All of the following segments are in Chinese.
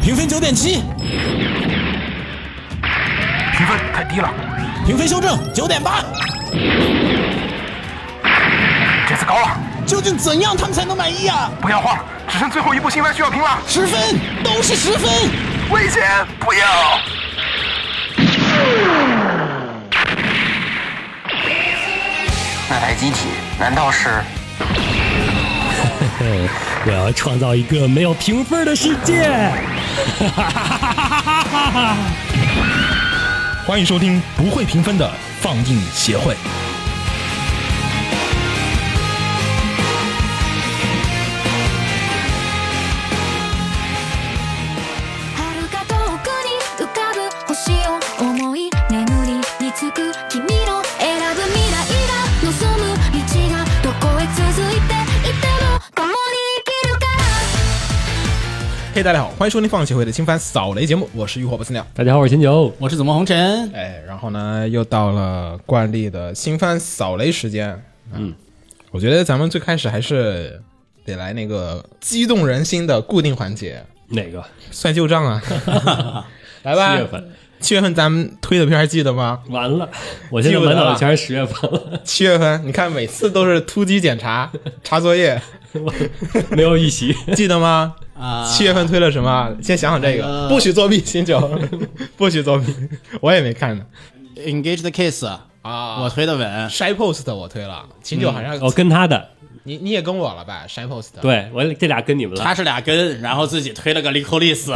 评分九点七，评分太低了，评分修正九点八。这次高了，究竟怎样他们才能满意啊？不要慌，只剩最后一步新番需要评了，十分都是十分，危险，不要！那台机体难道是？我要创造一个没有评分的世界！欢迎收听不会评分的放映协会。遥か遠くに浮かぶ星を思い眠りにつく君の選ぶ未来が望む道がどこへ続いていても共に生きるから嘿、大家好，欢迎收听放协会的新番扫雷节目，我是浴火不死鸟。大家好，我是秦九。我是怎么红尘？哎，然后呢，又到了惯例的新番扫雷时间。嗯，我觉得咱们最开始还是得来那个激动人心的固定环节，哪个？算旧账啊！来吧，七月，份。七月份咱们推的片儿记得吗？完了，我现在满脑子全是十月 份了，七月份，你看每次都是突击检查、查作业，没有 预习。记得吗？啊七月份推了什么？先想想这那个，个不许作弊，新九， 不许作弊，我也没看呢。 Engage the Kiss，啊我推的稳。 Shy Post 我推了，秦九好像、我哦跟他的，你你也跟我了吧？Shy Post 对我这俩跟你们了他。是俩根，然后自己推了个 l i c o l i s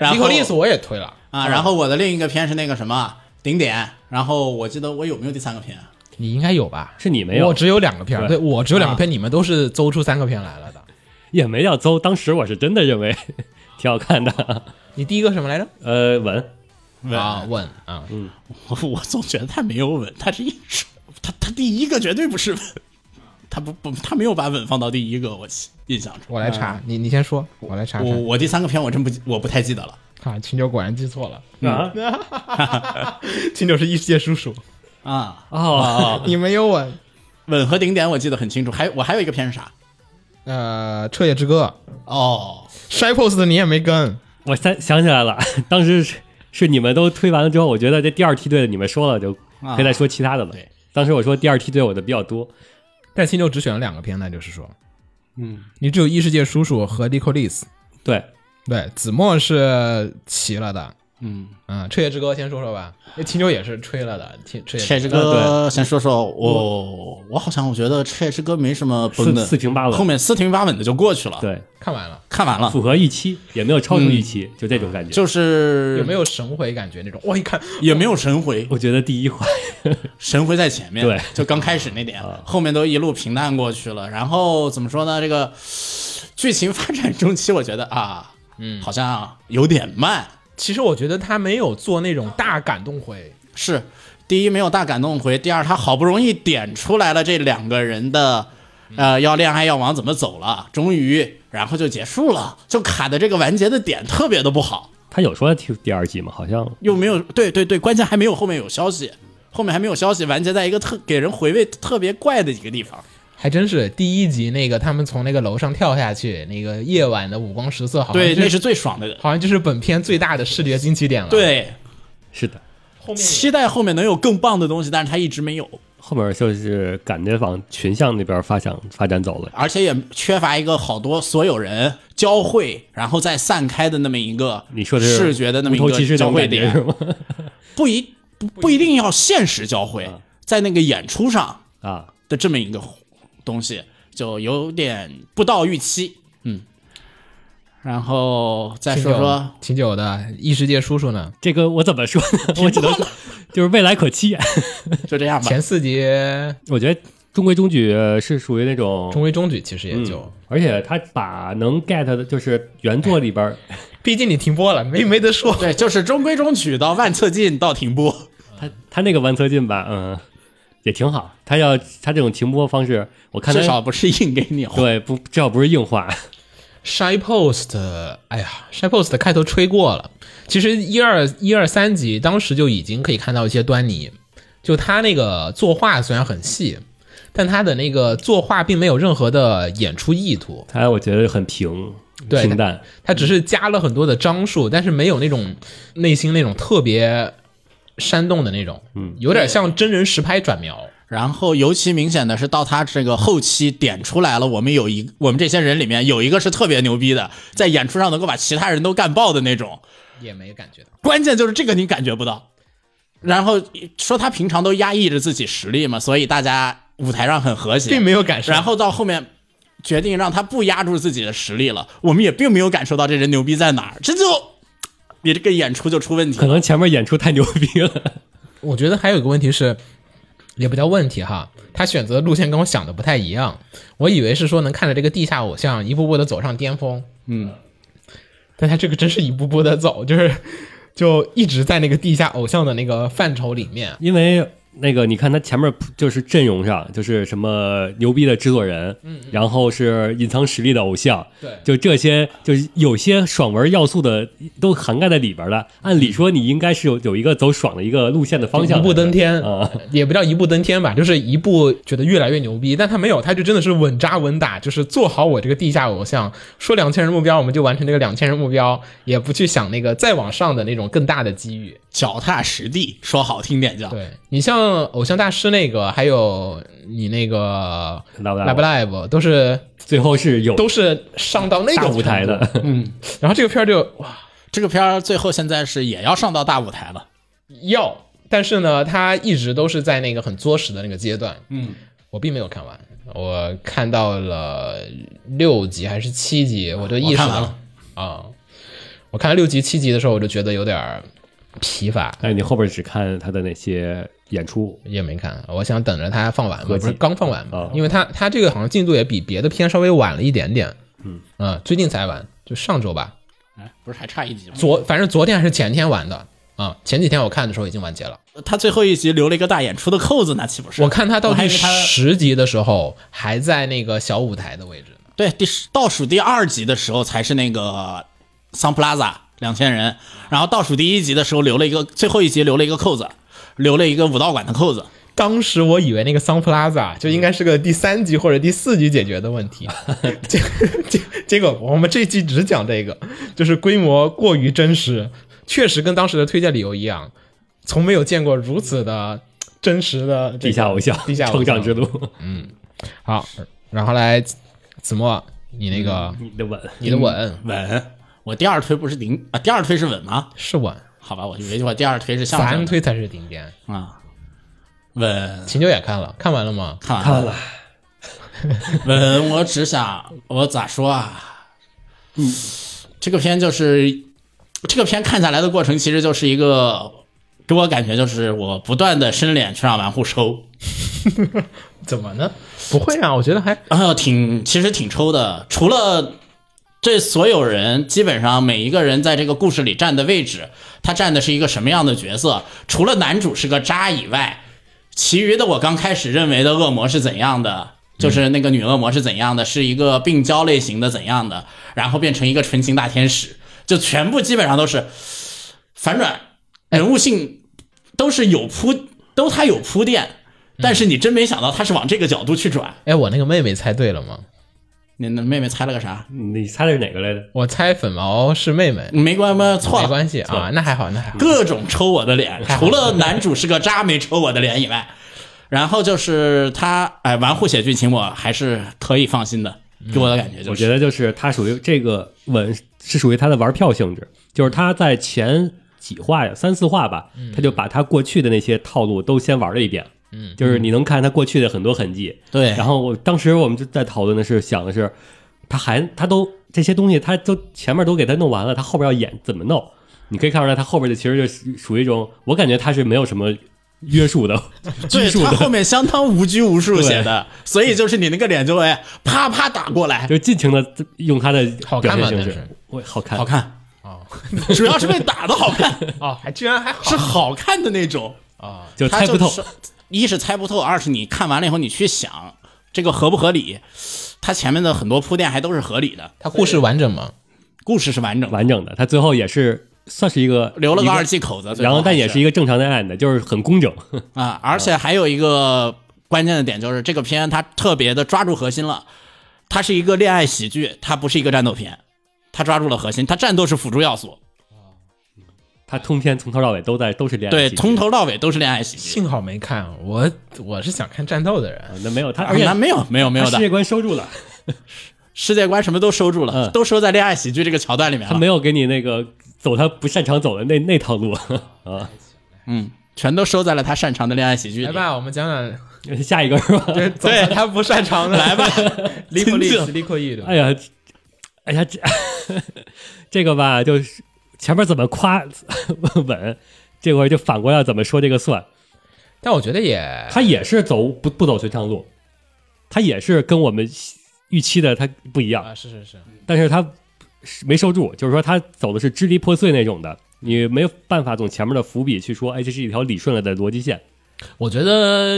然后 l i c o l 我也推了啊，然后我的另一个片是那个什么顶点，然后我记得我有没有第三个片啊？你应该有吧？是你没有我只有两个片儿，对啊对我只有两个片，你们都是诌出三个片来了的。也没叫邹，当时我是真的认为 挺好看的。你第一个什么来着？呃，稳，啊，问啊，我我总觉得他没有稳，他是一直他他第一个绝对不是稳，他不不他没有把稳放到第一个，我印象中。我来查，你你先说，我来查我查。我第三个片我真不记我不太记得了。啊，秦九果然记错了，嗯啊秦九是异世界叔叔，啊，哦，你没有我。稳和顶点我记得很清楚，还我还有一个片是啥？呃，彻夜之歌哦， ，Shy Post 你也没跟，我三想起来了， 当时是是你们都推完了之后，我觉得这第二梯队的你们说了，就可以再说其他的了。啊对当时我说第二梯队我的比较多，但秦九只选了两个片，那就是说，嗯，你只有异世界叔叔和 l i c o l i s 对，对，子墨是齐了的，嗯，嗯，彻夜之歌先说说吧，那秦九也是吹了的，秦彻夜之彻夜之歌，呃先说说我，我好像我觉得彻夜之歌没什么崩的，四四平八稳嗯后面四平八稳的就过去了。，对，看完了，看完了符，合预期，也没有超出预期，就这种感觉。嗯就是有没有神回感觉那种？哇，一看也没有神回，我觉得第一环神回在前面，对嗯就刚开始那点，后面都一路平淡过去了。然后怎么说呢？这个剧情发展中期，我觉得啊，嗯，好像有点慢，其实我觉得他没有做那种大感动回，是，第一没有大感动回，第二他好不容易点出来了这两个人的，呃，要恋爱要往怎么走了，终于，然后就结束了，就卡的这个完结的点特别的不好，他有说第第二季吗？好像又没有，对对对，关键还没有后面有消息，后面还没有消息，完结在一个特给人回味特别怪的一个地方，还真是第一集那个他们从那个楼上跳下去，那个夜晚的五光十色，好像对，就那是最爽的。好像就是本片最大的视觉惊奇点了。，对，是的，后面期待后面能有更棒的东西，但是他一直没有，后面就是感觉往群像那边发展发展走了。而且也缺乏一个好多所有人交汇，然后再散开的那么一个你说的是视觉的那么一无头骑个士交种汇感觉点是，吗？ 不一不不一定要现实交汇，嗯在那个演出上啊，的这么一个东西，就有点不到预期，嗯。然后再秦说九说，秦九的异世界叔叔呢，这个我怎么说呢？ 我只能说就是未来可期。 就这样吧。前四集我觉得中规中矩呃是属于那种中规中矩，其实也嗯就，而且他把能 get 的，就是原作里边儿，嗯毕竟你停播了，没没得说。对，就是中规中矩到万策进到停播，他他那个完测进吧，嗯，也挺好。他要他这种停播方式，我看他至少不是硬给 你画。对不至少不是硬化， Shy Post，哎呀，Shy Post 开头吹过了。其实一二一二三集当时就已经可以看到一些端倪，就他那个作画虽然很细，但他的那个作画并没有任何的演出意图。他我觉得很平，对平淡。它只是加了很多的章数，但是没有那种内心那种特别煽动的那种，嗯，有点像真人实拍转描。然后尤其明显的是，到他这个后期点出来了，我们有一我们这些人里面有一个是特别牛逼的，在演出上能够把其他人都干爆的那种。也没感觉到，关键就是这个你感觉不到。然后说他平常都压抑着自己实力嘛，所以大家舞台上很和谐，并没有感受然后到后面决定让他不压住自己的实力了，我们也并没有感受到这人牛逼在哪儿，这就你这个演出就出问题可了。能前面演出太牛逼了，我觉得还有一个问题是，也不叫问题哈，他选择的路线跟我想的不太一样。我以为是说能看着这个地下偶像一步步的走上巅峰，嗯，但他这个真是一步步的走，就是就一直在那个地下偶像的那个范畴里面。因为那个你看他前面就是阵容上就是什么牛逼的制作人，然后是隐藏实力的偶像，对就这些就是有些爽文要素的都涵盖在里边了。按理说你应该是有有一个走爽的一个路线的方向的，一步登天啊，也不叫一步登天吧，就是一步觉得越来越牛逼，但他没有，他就真的是稳扎稳打，就是做好我这个地下偶像，说两千人目标，我们就完成这个两千人目标，也不去想那个再往上的那种更大的机遇。脚踏实地，说好听点叫。对你像偶像大师那个，还有你那个 Love Live Live 都是最后是有都是上到那大个舞台程度，的，然后这个片儿就哇这个片儿最后现在是也要上到大舞台了，要，但是呢，他一直都是在那个很作死的那个阶段。嗯，我并没有看完，我看到了六集还是七集，我就意识我看到完了啊、我看六集七集的时候，我就觉得有点儿疲乏，但是你后边只看他的那些演出，也没看，我想等着它放完嘛，合不集是刚放完嘛哦啊，因为它它这个好像进度也比别的片稍微晚了一点点，嗯最近才完，就上周吧，哎不是还差一集吗？昨反正昨天还是前天完的啊，前几天我看的时候已经完结了，他最后一集留了一个大演出的扣子，那岂不是？啊我看它到我还第以为他十集的时候还在那个小舞台的位置呢，对，第十倒数第二集的时候才是那个桑普拉萨两千人，然后倒数第一集的时候留了一个最后一集留了一个扣子，留了一个武道馆的扣子。当时我以为那个 Sun Plaza 就应该是个第三集或者第四集解决的问题，结结结果我们这期只讲这个，就是规模过于真实，确实跟当时的推荐理由一样，从没有见过如此的真实的、地下偶像，地下偶成长像之。路，好，然后来子墨，你那个、你的吻，你的嗯吻稳，我第二推不是零啊，第二推是稳吗？是吻，好吧，我以为我第二推是向三上推才是顶点。啊。稳秦九也看了，看完了吗？看完 了，稳，我只想我咋说啊？嗯，这个片就是这个片看下来的过程，其实就是一个给我感觉就是我不断的伸脸去让玩户抽。怎么呢？不会啊，我觉得还啊，挺其实挺抽的。除了这所有人，基本上每一个人在这个故事里站的位置，他站的是一个什么样的角色？除了男主是个渣以外，其余的我刚开始认为的恶魔是怎样的？就是那个女恶魔是怎样的，是一个病娇类型的怎样的，然后变成一个纯情大天使，就全部基本上都是反转，人物性都是有铺，都他有铺垫，但是你真没想到他是往这个角度去转，哎，我那个妹妹猜对了吗？你那妹妹猜了个啥？你猜的是哪个来着？我猜粉毛是妹妹，没关系，错没了，关系啊，那还好，那还好。各种抽我的脸，除了男主是个渣没抽我的脸以外，然后就是他，哎，玩护写剧情我还是可以放心的，给我的感觉就是，嗯我觉得就是它属于这个吻是属于它的玩票性质，就是它在前几话呀，三四话吧，嗯它就把它过去的那些套路都先玩了一遍。嗯，就是你能看它过去的很多痕迹。嗯对然后我当时我们就在讨论的是，想的是，他还他都这些东西，他都前面都给他弄完了，他后边要演怎么弄？你可以看出来，他后边的其实就是属于一种，我感觉他是没有什么约 束的，对拘束他后的，面相当无拘无束写的，所以就是你那个脸就哎啪啪打过来，就尽情的用他的好表看现吗但形式是，我好看，好 看。主要是被打的好看， 哦，还居然还好哦是好看的那种，就他 猜不就透。是一是猜不透，二是你看完了以后你去想这个合不合理，他前面的很多铺垫还都是合理的，它故事完整吗？故事是完整的，完整的，他最后也是算是一个留了一个二季口子，最后然后但也还是是一个正常的案的，就是很工整。 啊，而且还有一个关键的点就是这个片它特别的抓住核心了，它是一个恋爱喜剧，它不是一个战斗片。他抓住了核心，他战斗是辅助要素，他通篇从头到尾都在都是恋爱对，喜剧从头到尾都是恋爱喜剧。幸好没看，我我是想看战斗的人。啊那没有他，啊而且那没有没有没有他的世界观收住了，世界观什么都收住了，嗯都收在恋爱喜剧这个桥段里面他了没，有给你那个走他不擅长走的那那套路 啊。嗯，全都收在了他擅长的恋爱喜剧来里。吧，我们讲 讲，下一个是吧？就是走到他不擅长的。来 吧 l i q u i 亲 d l i q u i d 哎呀，哎呀，这 这个吧，就是前面怎么夸 稳，这会儿就反过来怎么说这个算。但我觉得也，他也是走不不走寻常路，他也是跟我们预期的他不一样，啊，是是是，但是他没收住，就是说他走的是支离破碎那种的，你没有办法从前面的伏笔去说，哎，这是一条理顺了的逻辑线。我觉得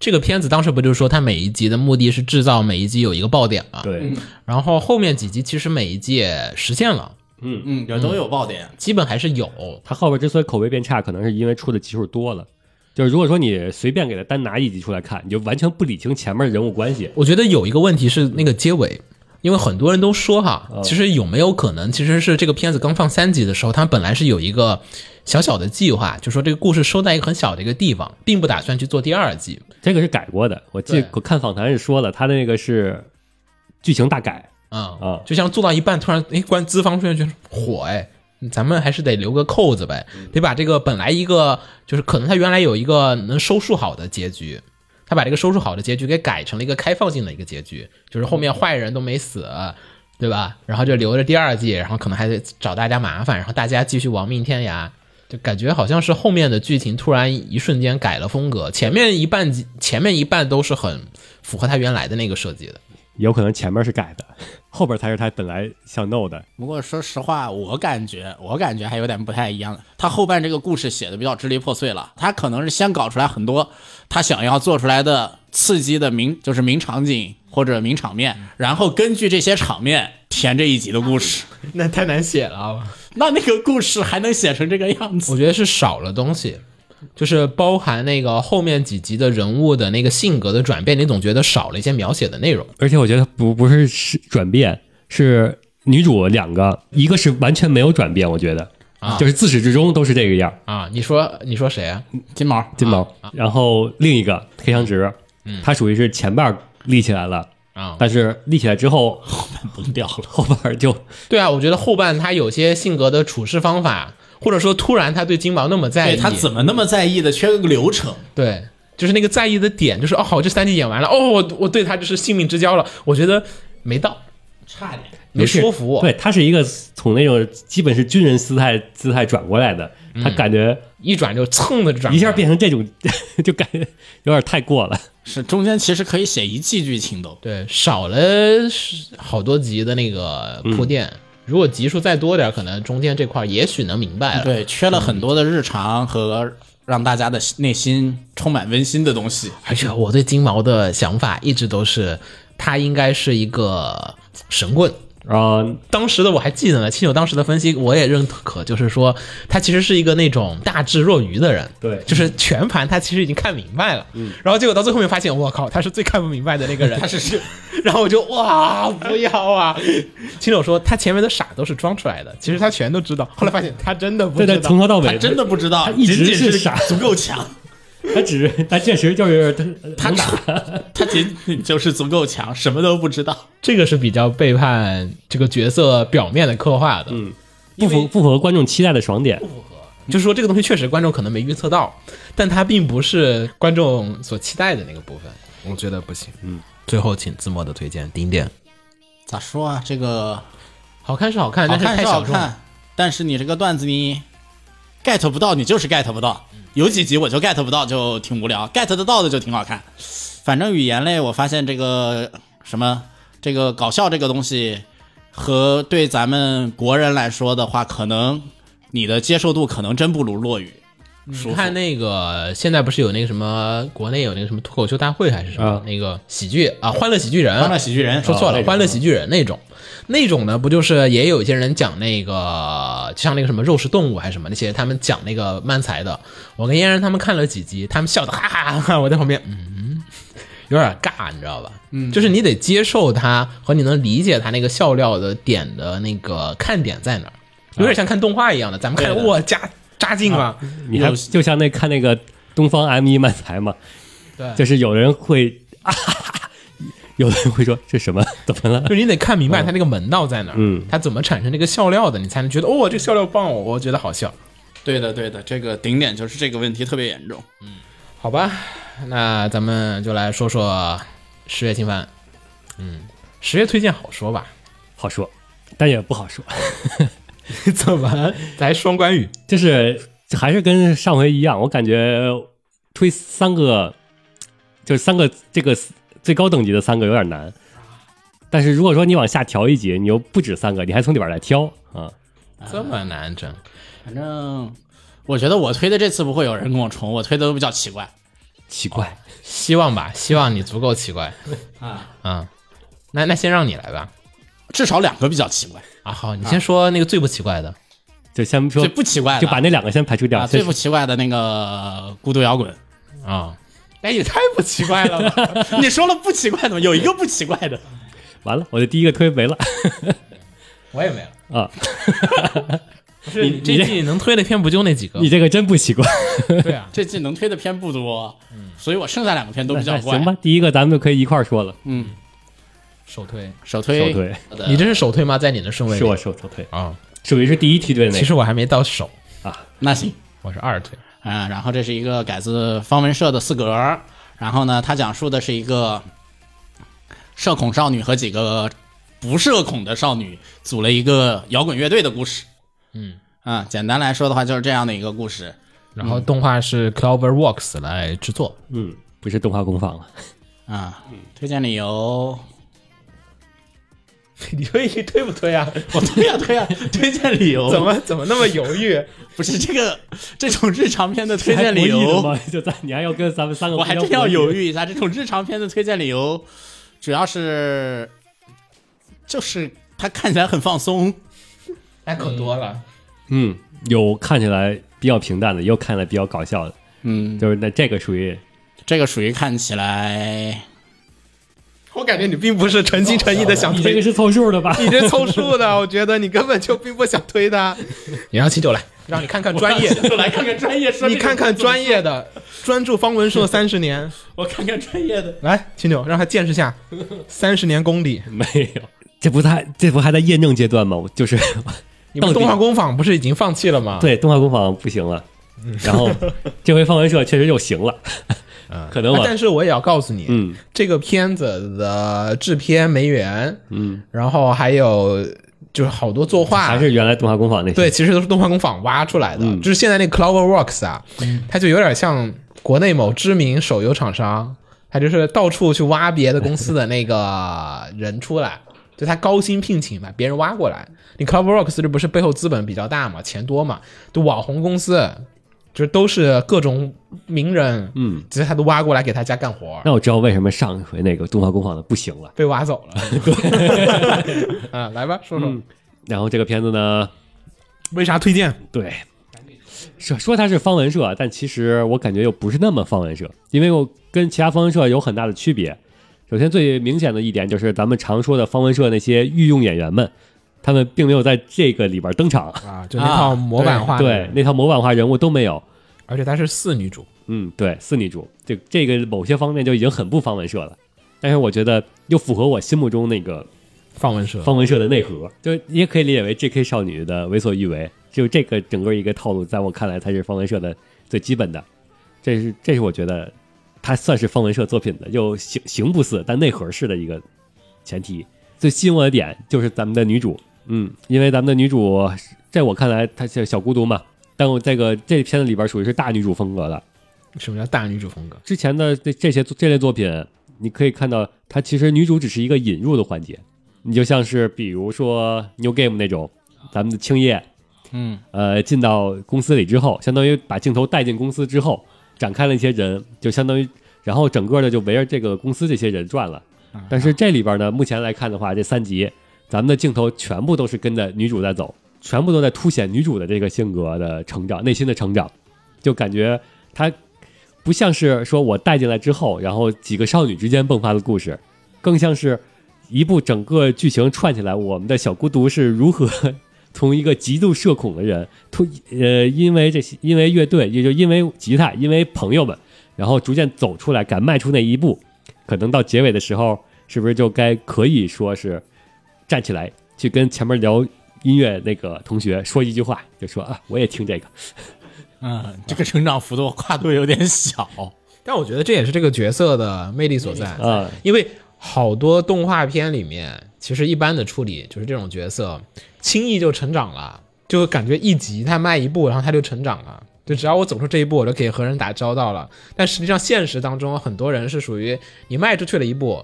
这个片子当时不就是说，它每一集的目的是制造每一集有一个爆点嘛？。对，然后后面几集其实每一集也实现了，嗯，也都有爆点。基本还是有。他后边之所以口碑变差，可能是因为出的集数多了。就是如果说你随便给他单拿一集出来看，你就完全不理清前面的人物关系。我觉得有一个问题是那个结尾，因为很多人都说哈，其实有没有可能，其实是这个片子刚放三集的时候，他们本来是有一个小小的计划，就说这个故事收在一个很小的一个地方，并不打算去做第二季。这个是改过的，我记对我看访谈是说了，他的那个是剧情大改，啊、啊就像做到一半，突然哎，关资方出现就是火哎，咱们还是得留个扣子呗，得把这个本来一个就是可能他原来有一个能收束好的结局，他把这个收束好的结局给改成了一个开放性的一个结局，就是后面坏人都没死。对吧？然后就留着第二季，然后可能还得找大家麻烦，然后大家继续亡命天涯，就感觉好像是后面的剧情突然一瞬间改了风格，前面一半集前面一半都是很符合他原来的那个设计的。有可能前面是改的，后边才是他本来想弄的。不过说实话，我感觉我感觉还有点不太一样。他后半这个故事写的比较支离破碎了，他可能是先搞出来很多他想要做出来的刺激的名，就是名场景或者名场面，然后根据这些场面填这一集的故事。 那太难写了啊！ 那那个故事还能写成这个样子？我觉得是少了东西，就是包含那个后面几集的人物的那个性格的转变，你总觉得少了一些描写的内容。而且我觉得不不是是转变，是女主两个，一个是完全没有转变，我觉得、啊就是自始至终都是这个样，啊，你说你说谁啊？金毛，金毛。然后另一个黑长直，他属于是前半立起来了，嗯啊，但是立起来之后崩掉了。后半就对啊，我觉得后半他有些性格的处事方法，或者说突然他对金毛那么在对哎意，他怎么那么在意的？缺个流程。对，就是那个在意的点，就是哦，好，这三集演完了，哦，我我对他就是性命之交了，我觉得没到，差点没说服我，对，他是一个从那种基本是军人姿态姿态转过来的，他感觉一转就蹭的就嗯转一下变成这种， 就感觉有点太过了。是中间其实可以写一季剧情都。对，少了是好多集的那个铺垫。如果集数再多点儿，可能中间这块儿也许能明白了。，对，缺了很多的日常和让大家的内心充满温馨的东 西。而且我对金毛的想法一直都是，他应该是一个神棍。然后当时的我还记得呢，亲友当时的分析我也认可，就是说他其实是一个那种大智若愚的人，对就是全盘他其实已经看明白了，嗯，然后结果到最后面发现，我靠，他是最看不明白的那个 人，他是是，然后我就哇不要啊！亲友说他前面的傻都是装出来的，其实他全都知道，后来发现他真的不对知道，对，从头到尾真的不知道，他一直仅仅是是傻足够 强，他只是他确实就是他他能打打，他仅仅就是足够强，什么都不知道。这个是比较背叛这个角色表面的刻画的，嗯，不符不符合观众期待的爽点。就是说这个东西确实观众可能没预测到，但它并不是观众所期待的那个部分，我觉得不行。嗯，最后请字幕的推荐，顶点。咋说啊？这个好看是好看，好但是看太是小好众了。看，但是你这个段子你 get 不到，你就是 get 不到。有几集我就 get 不到，就挺无聊；get 得到的就挺好看。反正语言类，我发现这个什么这个搞笑这个东西，和对咱们国人来说的话，可能你的接受度可能真不如落语。你看那个现在不是有那个什么国内有那个什么脱口秀大会还是什么、啊那个喜剧啊，欢乐喜剧人，欢乐喜剧人哦说错了，啊欢乐喜剧人那种，那种呢不就是也有一些人讲那个，就像那个什么肉食动物还是什么那些，他们讲那个漫才的，我跟嫣然他们看了几集，他们笑的哈哈哈哈，我在旁边嗯。有点尬，你知道吧？嗯，就是你得接受它和你能理解它那个笑料的点的那个看点在哪儿，有点像看动画一样的，咱们看啊对的啊哇扎扎劲了， 你还就像那看那个东方 M 一漫才嘛，对就是有的人会 啊哈哈哈，有的人会说这什么怎么了 就？是你得看明白它那个门道在哪儿，嗯它怎么产生这个笑料的，你才能觉得哦，这个笑料棒，我我觉得好笑，对的，对的，这个顶点就是这个问题特别严重。好吧？那咱们就来说说十月新番，嗯，十月推荐好说吧？好说，但也不好说，怎么来双关语？就是还是跟上回一样，我感觉推三个，就是三个这个最高等级的三个有点难。但是如果说你往下调一级，你又不止三个，你还从里边来挑啊。这么难整？反正我觉得我推的这次不会有人跟我重，我推的都比较奇怪。奇怪，希望吧，希望你足够奇 怪啊嗯，那那先让你来吧。至少两个比较奇怪，啊，好，你先说那个最不奇怪的。就先说最不奇怪的就把那两个先排除掉。啊最不奇怪的那个孤独摇滚， 啊， 那也太不奇怪了吧！你说了不奇怪的吗？有一个不奇怪的，完了，我的第一个推没了 我也没有。啊！不是你你这这季能推的片不就那几个？你这个真不奇怪。对啊，这季能推的片不多，所以我剩下两个片都 比较嗯那怪。哎行吧，，第一个咱们就可以一块儿说了。首推。首首推，推你这是首推吗？在你的顺位里是我首首推，啊？属于是第一梯队的那其个。实我还没到手，那行。我是二推。嗯，然后这是一个改自方文社的四格儿，然后呢，它讲述的是一个社恐少女和几个不社恐的少女组了一个摇滚乐队的故事。嗯，啊、简单来说的话就是这样的一个故事。然后动画是 CloverWorks 来制作。嗯，不是动画工坊了。啊、推荐理 由， 你推推不推啊？ 我推呀、推呀、推荐理 由怎么怎么那么犹豫？不是这个这种日常片的 推荐理还博弈的由？吗？ 就在你还要跟咱们三个，我还真要犹。豫一下，这种日常片的推荐理由，主要是就是它看起来很放松， 那可多了。嗯，有看起来比较平淡的，也有看起来比较搞笑的。嗯，就是那这个属于这个属于看起来，我感觉你并不是诚心诚意的想你这个是凑数的吧？你这凑数 的，我觉得你根本就并不想推他。你让七九来，让你看看专业的，就来看看专业说，你看看专业的，专注方文硕三十年。我看看专业的， 来，七九，让他见识下三十年功底。 没有，这不太，这不还在验证阶段吗？我 就是你们到底动画工坊不是已经放弃了吗？，对动画工坊不行了，嗯然后这回放文社确实又行 了，嗯可啊能我哎但是我也要告诉你，嗯这个片子的制片梅园，嗯，然后还有就是好多作画，还是原来动画工坊那些。对，，嗯其实都是动画工坊挖出来的。就是现在那 CloverWorks 啊，它就有点像国内某知名手游厂商，它就是到处去挖别的公司的那个人出来，就他高薪聘请把别人挖过来。你 CloverWorks 这不是背后资本比较大嘛，钱多嘛，就网红公司。就是都是各种名人，嗯，直接他都挖过来给他家干活儿，那我知道为什么上回那个动画工坊的不行了。被挖走 了。 啊，来吧，说说、然后这个片子呢，为啥推荐？对，说说它是方文社啊，但其实我感觉又不是那么方文社，因为我跟其他方文社有很大的区别。首先最明显的一点就是咱们常说的方文社那些御用演员们，他们并没有在这个里边登场，啊，就那套模板化，对，， 那套模板化人物都没有。而且她是四女主，嗯，对，四女主，这这个某些方面就已经很不方文社了，但是我觉得又符合我心目中那个方文社，方文社的内核，就是你也可以理解为 J.K. 少女的为所欲为，就这个整个一个套路，在我看来才是方文社的最基本的。这是这是我觉得它算是方文社作品的，又形形不似但内核似的一个前提。最吸引我的点就是咱们的女主，嗯，因为咱们的女主在我看来她是小孤独嘛，但我这个这片子里边属于是大女主风格的，什么叫大女主风格？之前的这这些这类作品，你可以看到，它其实女主只是一个引入的环节。你就像是比如说 New Game 那种，咱们的青叶，嗯，呃，进到公司里之后，相当于把镜头带进公司之后，展开了一些人，就相当于，然后整个的就围着这个公司这些人转了。但是这里边呢，目前来看的话，这三集咱们的镜头全部都是跟着女主在走，全部都在凸显女主的这个性格的成长、内心的成长，就感觉她不像是说我带进来之后，然后几个少女之间迸发的故事，更像是一部整个剧情串起来，我们的小孤独是如何从一个极度社恐的人，突呃因为这些，因为乐队，也就因为吉他，因为朋友们，然后逐渐走出来，敢迈出那一步，可能到结尾的时候，是不是就该可以说是站起来去跟前面聊音乐那个同学说一句话，就说啊，我也听这个，嗯，这个成长幅度跨度有点小，但我觉得这也是这个角色的魅力所在嗯因为好多动画片里面，其实一般的处理就是这种角色轻易就成长了，就感觉一集他迈一步，然后他就成长了。就只要我走出这一步，我就可以和人打交道了。但实际上，现实当中很多人是属于你迈出去了一步，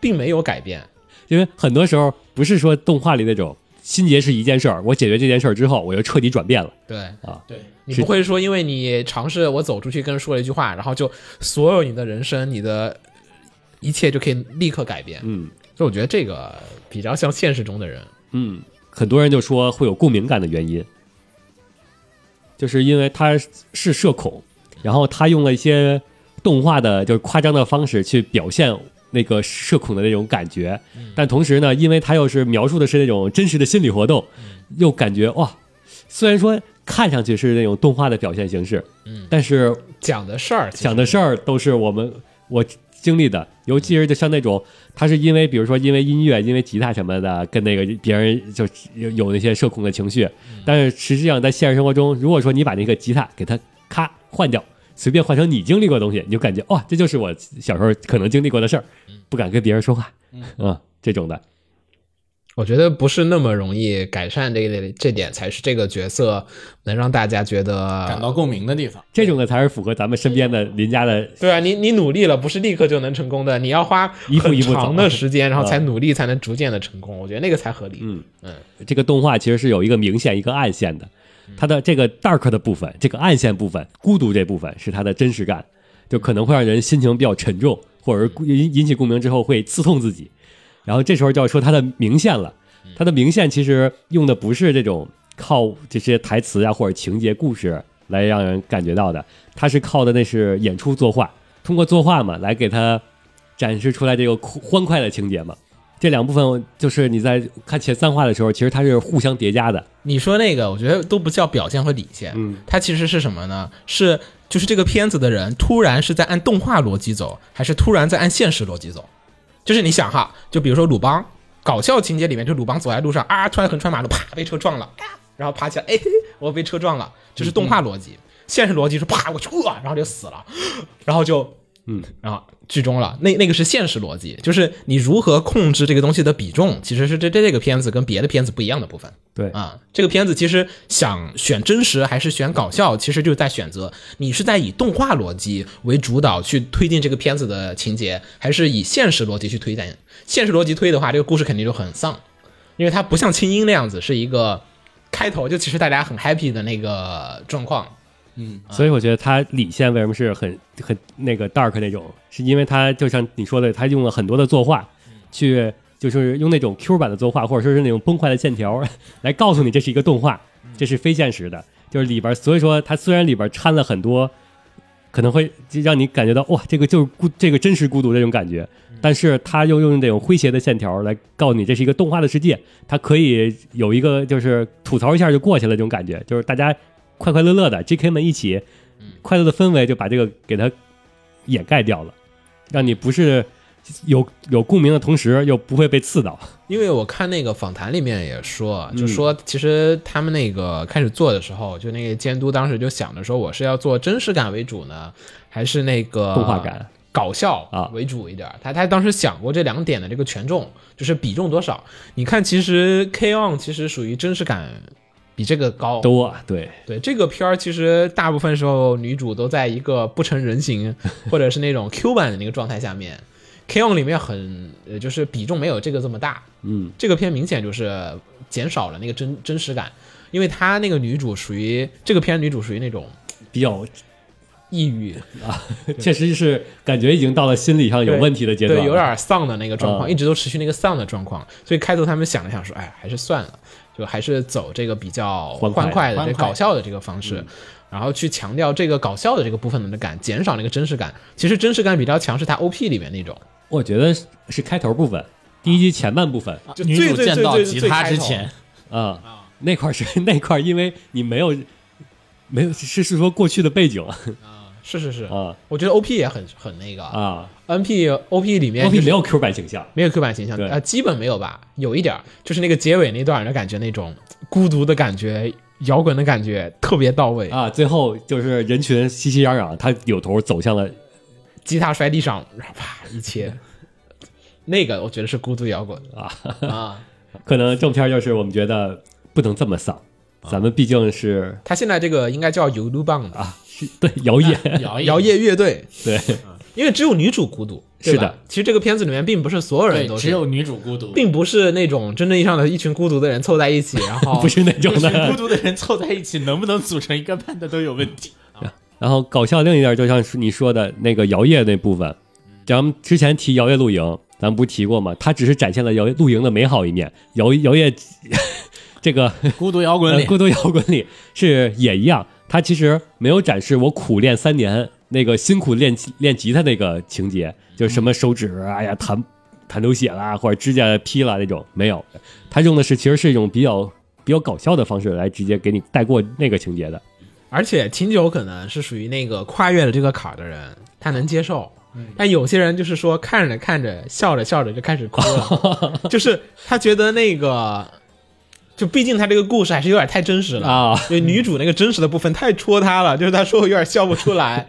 并没有改变，因为很多时候不是说动画里那种心结是一件事儿，我解决这件事儿之后，我就彻底转变了。对啊对，你是不会说因为你尝试我走出去跟人说了一句话，然后就所有你的人生、你的一切就可以立刻改变。嗯所以我觉得这个比较像现实中的人。嗯，很多人就说会有共鸣感的原因，就是因为他是社恐，然后他用了一些动画的，就是夸张的方式去表现那个社恐的那种感觉，但同时呢，因为他又是描述的是那种真实的心理活动，又感觉哇，虽然说看上去是那种动画的表现形式，但是讲的事儿，想的事儿都是我们我经历的，尤其是就像那种，他是因为比如说因为音乐、因为吉他什么的，跟那个别人就有有那些社恐的情绪，但是实际上在现实生活中，如果说你把那个吉他给它咔换掉，随便换成你经历过的东西，你就感觉哇、这就是我小时候可能经历过的事儿，不敢跟别人说话，嗯，这种的，我觉得不是那么容易改善这一类，这点才是这个角色能让大家觉感得。到共鸣的地方。这种的才是符合咱们身边的邻家的对啊，你你努力了，不是立刻就能成功的，你要花一步一步很走长的时间，然后啊才努力，才能逐渐的成功。我觉得那个才合理。嗯这个动画其实是有一个明线一个暗线的，它的这个 dark 的部分，这个暗线部分，孤独这部分是它的真实感，就可能会让人心情比较沉重，或者是引引起共鸣之后会刺痛自己。然后这时候就要说它的明线了，它的明线其实用的不是这种靠这些台词呀、或者情节故事来让人感觉到的，它是靠的那是演出作画，通过作画嘛来给它展示出来这个酷欢快的情节嘛。这两部分就是你在看前三话的时候，其实它是互相叠加的。你说那个，我觉得都不叫表现和底线，嗯，它其实是什么呢？是就是这个片子的人突然是在按动画逻辑走，还是突然在按现实逻辑走？就是你想哈，就比如说鲁邦搞笑情节里面，就鲁邦走在路上啊，突然横穿马路，啪被车撞了，啊然后爬起来，哎，我被车撞了，就是动画逻辑。现实逻辑是啪我去，呃然后就死了，然后就嗯，然后剧终了。那那个是现实逻辑，就是你如何控制这个东西的比重，其实是这这这个片子跟别的片子不一样的部分。对啊，这个片子其实想选真实还是选搞笑，其实就是在选择你是在以动画逻辑为主导去推进这个片子的情节，还是以现实逻辑去推进。现实逻辑推的话，这个故事肯定就很丧，因为它不像清音那样子是一个开头就其实大家很 happy 的那个状况。所以我觉得它理线为什么是很很那个 dark 那种，是因为它就像你说的，它用了很多的作画，去就是用那种 Q 版的作画，或者说是那种崩坏的线条， 来告诉你这是一个动画，这是非现实的，就是里边儿。所以说它虽然里边儿掺了很多，可能会就让你感觉到哇，这个就是孤，这个真实孤独这种感觉，但是它又用这种诙谐的线条来告诉你这是一个动画的世界，它可以有一个就是吐槽一下就过去了这种感觉，就是大家快快乐乐的 J K 们一起，嗯快乐的氛围就把这个给它掩盖掉了，让你不是有有共鸣的同时又不会被刺到。因为我看那个访谈里面也说，啊嗯就说其实他们那个开始做的时候，就那个监督当时就想着说，我是要做真实感为主呢，还是那个动画感、搞笑啊为主一点儿？他他当时想过这两点的这个权重，就是比重多少。你看，其实 K on 其实属于真实感比这个高，多对，对这个片儿，其实大部分时候女主都在一个不成人形，或者是那种 Q 版的那个状态下面。K on 里面很，呃，就是比重没有这个这么大。嗯，这个片明显就是减少了那个真真 实感，因为她那个女主属于这个片女主属于那种比较抑郁，确实是感觉已经到了心理上有问题的阶段了，对，有点丧的那个状况，嗯一直都持续那个丧的状况。所以开头他们想了想说，哎，还是算了，就还是走这个比较欢快嗯欢快的、欢这快搞笑的这个方式，然后去强调这个搞笑的这个部分的感，减少那个真实感。其实真实感比较强是他 OP 里面那种，我觉得是是开头部分，第一集前半部分就女最主最见最到最吉最他开之头前，啊、那块儿是 那块儿，因为你没有没有是是说过去的背景 是是是啊我觉得 OP 也很很那个啊 NP OP 里面，OP 就是没有 Q 版形象，没有 Q 版形象，对呃，基本没有吧，有一点儿，就是那个结尾那段儿的感觉，那种孤独的感觉，摇滚的感觉特别到位，啊，最后就是人群熙熙攘攘，他扭头走向了吉他摔地上，然后啪一切，那个我觉得是孤独摇滚啊啊！可能正片就是我们觉得不能这么丧，咱们毕竟 是他现在这个应该叫游撸棒吧，是对谣言， 摇摇曳曳乐队，对因为只有女主孤独，对吧是的。其实这个片子里面并不是所有人对都，是，只有女主孤独，并不是那种真正意义上的一群孤独的人凑在一起，然后不哦是那种一群孤的。独的人凑在一起，能不能组成一个 band 都有问题。然后搞笑另一点，就像是你说的那个摇曳那部分，咱们之前提摇曳露营，咱们不是提过吗？它只是展现了摇曳露营的美好一面，摇摇曳 这个孤独摇呃孤独摇滚里是也一样，它其实没有展示我苦练三年那个辛苦练练吉他那个情节，就是什么手指哎呀弹弹流血啦，或者指甲劈啦那种没有，它用的是其实是一种比较比较搞笑的方式来直接给你带过那个情节的。而且秦九可能是属于那个跨越了这个坎儿的人，他能接受。但有些人就是说看着看着笑着笑着就开始哭了，就是他觉得那个，就毕竟他这个故事还是有点太真实了啊因为女主那个真实的部分太戳他了，就是他说我有点笑不出来，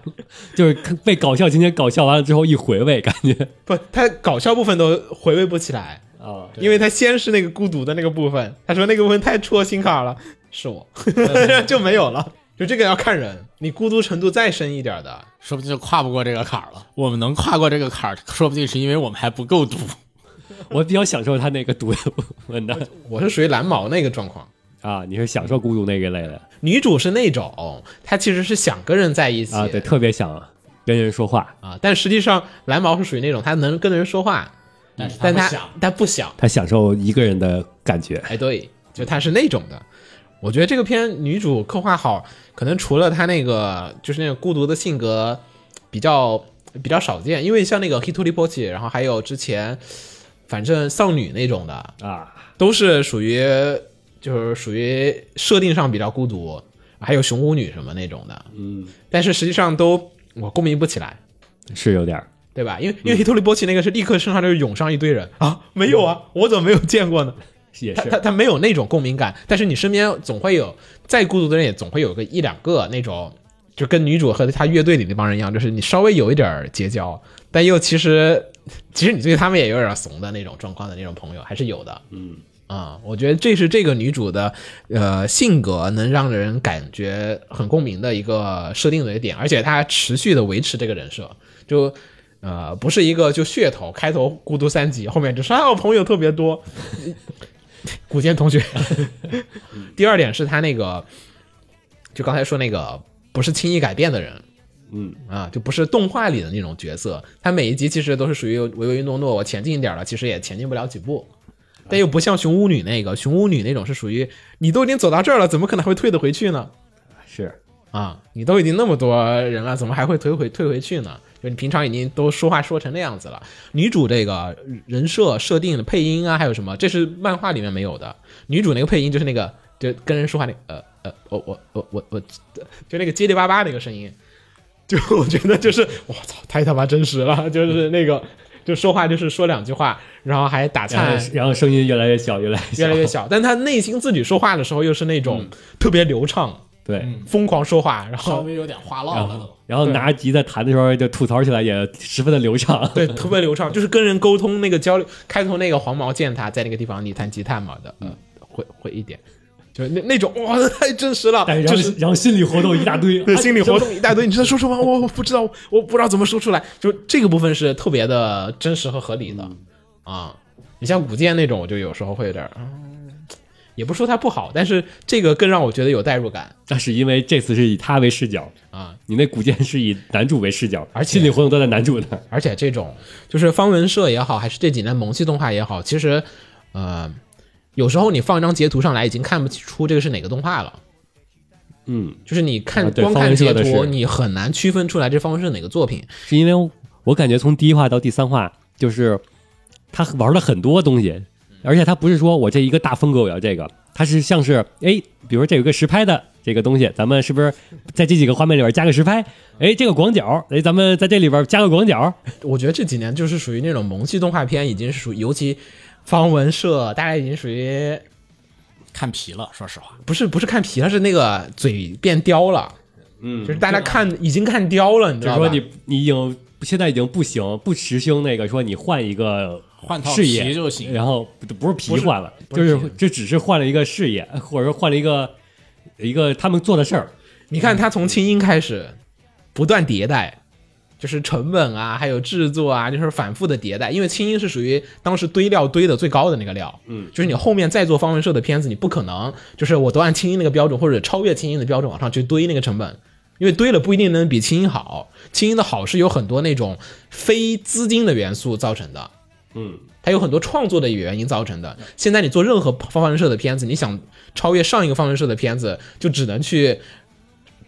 就是看被搞笑情节搞笑完了之后一回味，感觉不，他搞笑部分都回味不起来，啊，因为他先是那个孤独的那个部分，他说那个部分太戳心坎儿了，是我 就没有了，就这个要看人，你孤独程度再深一点的，说不定就跨不过这个坎儿了。我们能跨过这个坎儿，说不定是因为我们还不够毒。 我比较享受他那个独的部分的我是属于蓝毛那个状况。啊，你是享受孤独那一类的女主是那种，她其实是想跟人在一起啊，对，特别想跟人说话，啊但实际上蓝毛是属于那种她能跟人说话，但是他但不她想，她不想，他享受一个人的感觉。哎，对，就她是那种的。我觉得这个片女主刻画好，可能除了她那个就是那种孤独的性格比较比较少见，因为像那个 Hitori Pochi，然后还有之前反正少女那种的，啊，都是属于就是属于设定上比较孤独，还有熊巫女什么那种的，嗯，但是实际上都我共鸣不起来，是有点儿对吧？因为因为黑托利波奇那个是立刻身上就涌上一堆人啊，没有啊，我怎么没有见过呢？也他他是他没有那种共鸣感，但是你身边总会有再孤独的人，也总会有个一两个那种，就跟女主和她乐队里那帮人一样，就是你稍微有一点儿结交，但又其实其实你对他们也有点怂的那种状况的那种朋友还是有的，嗯。啊、我觉得这是这个女主的，呃，性格能让人感觉很共鸣的一个设定的点，而且她持续的维持这个人设，就呃，不是一个就噱头，开头孤独三级，后面就是啊，我朋友特别多，古剑同学。第二点是他那个，就刚才说那个不是轻易改变的人，嗯啊，就不是动画里的那种角色。他每一集其实都是属于唯唯诺诺，我前进一点了，其实也前进不了几步。但又不像熊巫女那个，熊巫女那种是属于你都已经走到这儿了，怎么可能还会退得回去呢？是啊，你都已经那么多人了，怎么还会退回退回去呢？就你平常已经都说话说成那样子了，女主这个人设设定的配音啊，还有什么，这是漫画里面没有的。女主那个配音就是那个，就跟人说话那个呃呃，我我我我我，就那个结结巴巴那个声音，就我觉得就是我操，太他妈真实了，就是那个就说话就是说两句话，然后还打然颤后，然后声音越来越小，越来越小，越来越小，但她内心自己说话的时候又是那种特别流畅，对。疯狂说话，然嗯稍后微有点话唠然了后都。，然后拿吉他弹的时候，就吐槽起来也十分的流畅。对，特别流畅，就是跟人沟通那个交流。开头那个黄毛见他在那个地方，你弹吉他嘛的，嗯，会会一点，就是那那种哇， 太真实了 但，是就然后是然后心理活动一大堆， 对啊心理活动一大堆。你在说什么？我我不知道，我不知道怎么说出来。就这个部分是特别的真实和合理的啊。你像古剑那种，我就有时候会有点儿，嗯也不是说它不好，但是这个更让我觉得有代入感那是因为这次是以他为视角，啊。你那古剑是以男主为视角，而且心理活动都在男主那儿。而且这种就是方文社也好，还是这几年萌系动画也好，其实呃，有时候你放一张截图上来，已经看不出这个是哪个动画了。嗯，就是你看、啊对光方看文社截的图，是你很难区分出来这方文社哪个作品。是因为我感觉从第一话到第三话，就是他玩了很多东西，而且他不是说我这一个大风格我要这个，他是像是哎，比如说这有个实拍的这个东西，咱们是不是在这几个画面里边加个实拍？哎，这个广角，哎，咱们在这里边加个广角，我觉得这几年就是属于那种萌系动画片，已经是属于尤其方文社，大家已经属于看皮了，说实话，不是不是看皮了，是那个嘴变刁了，嗯就，是大家看已经看刁了，你知就是道吧？说你你已经现在已经不行，不实行那个说你换一个换套视野皮就行然后不不是皮换了，不是就不是是这只是换了一个视野，或者说换了一个一个他们做的事儿。你看他从轻音开始不断迭代，就是成本啊，还有制作啊，就是反复的迭代。因为轻音是属于当时堆料堆的最高的那个料，嗯，就是你后面再做方文社的片子，你不可能就是我都按轻音那个标准或者超越轻音的标准往上去堆那个成本。因为堆了不一定能比轻音好，轻音的好是有很多那种非资金的元素造成的，嗯，它有很多创作的原因造成的。现在你做任何方文社的片子，你想超越上一个方文社的片子，就只能去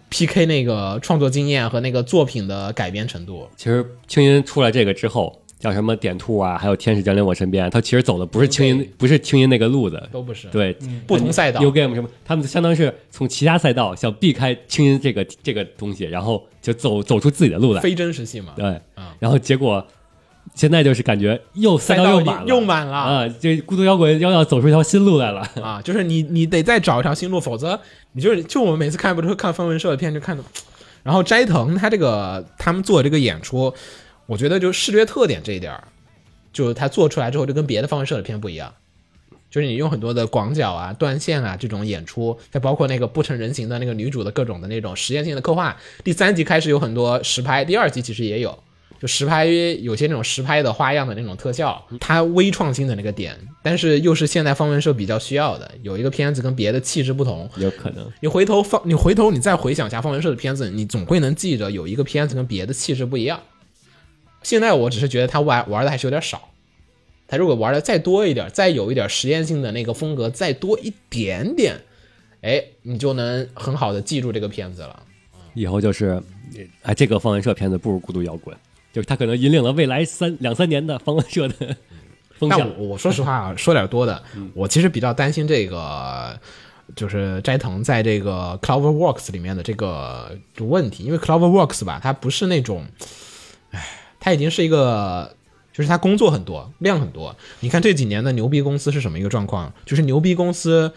PK 那个创作经验和那个作品的改编程度。其实青音出来这个之后，叫什么点兔啊，还有天使降临我身边，他其实走的不是青音，不是青音那个路子，都不是嗯对，不同赛道 U Game 什么，他们相当是从其他赛道想避开青音这个这个东西，然后就走走出自己的路来。非真实性嘛，对啊，然后结果现在就是感觉又赛赛道道又又满了，又满了啊！这孤独摇滚又要走出一条新路来了。啊，就是你你得再找一条新路，否则你就是就我们每次看不都是看方文社的片，就看的。然后斋藤他这个他们做的这个演出，我觉得就视觉特点这一点儿，就是他做出来之后就跟别的方文社的片不一样，就是你用很多的广角啊、断线啊这种演出，再包括那个不成人形的那个女主的各种的那种实验性的刻画。第三集开始有很多实拍，第二集其实也有。就实拍有些那种实拍的花样的那种特效，它微创新的那个点，但是又是现代方文社比较需要的，有一个片子跟别的气质不同。有可能，你回头放，你回头你再回想一下方文社的片子，你总会能记着有一个片子跟别的气质不一样。现在我只是觉得他玩玩的还是有点少，他如果玩的再多一点，再有一点实验性的那个风格再多一点点，哎，你就能很好的记住这个片子了。以后就是，哎，这个方文社片子不如孤独摇滚，就是他可能引领了未来三两三年的方文社的 风但向。我我说实话啊，说点多的，我其实比较担心这个，就是斋藤在这个 CloverWorks 里面的这个问题，因为 CloverWorks 吧，它不是那种，唉，它已经是一个。就是它工作很多，量很多。你看这几年的牛逼公司是什么一个状况？就是牛逼公司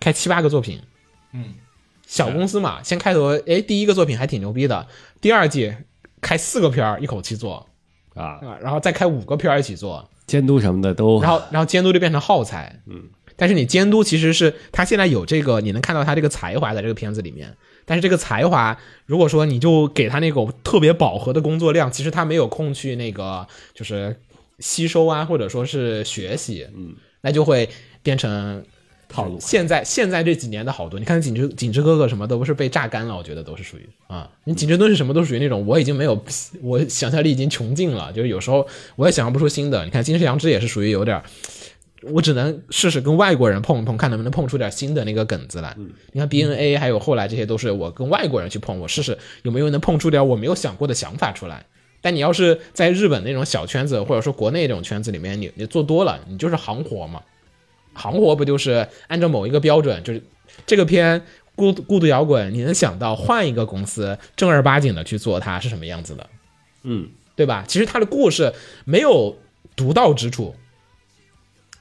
开七八个作品，嗯，小公司嘛，先开头，哎，第一个作品还挺牛逼的，第二季开四个片儿一口气做啊，啊，然后再开五个片儿一起做，监督什么的都，然后然后监督就变成耗材，嗯。但是你监督其实是他现在有这个，你能看到他这个才华在这个片子里面。但是这个才华，如果说你就给他那种特别饱和的工作量，其实他没有空去那个就是吸收啊，或者说是学习，嗯，那就会变成套路现在现在这几年的好多，你看景之景之哥哥什么的，不是被榨干了，我觉得都是属于啊，你景之敦是什么都属于那种我已经没有， 我想象力已经穷尽了，就是有时候我也想象不出新的。你看金世良之也是属于有点儿，我只能试试跟外国人碰一碰，看能不能碰出点新的那个梗子来。你看 BNA 还有后来这些都是我跟外国人去碰，我试试有没有能碰出点我没有想过的想法出来。但你要是在日本那种小圈子，或者说国内这种圈子里面，你你做多了，你就是行活嘛。行活不就是按照某一个标准，就是这个片孤孤独摇滚，你能想到换一个公司正儿八经的去做它是什么样子的，嗯，对吧？其实它的故事没有独到之处，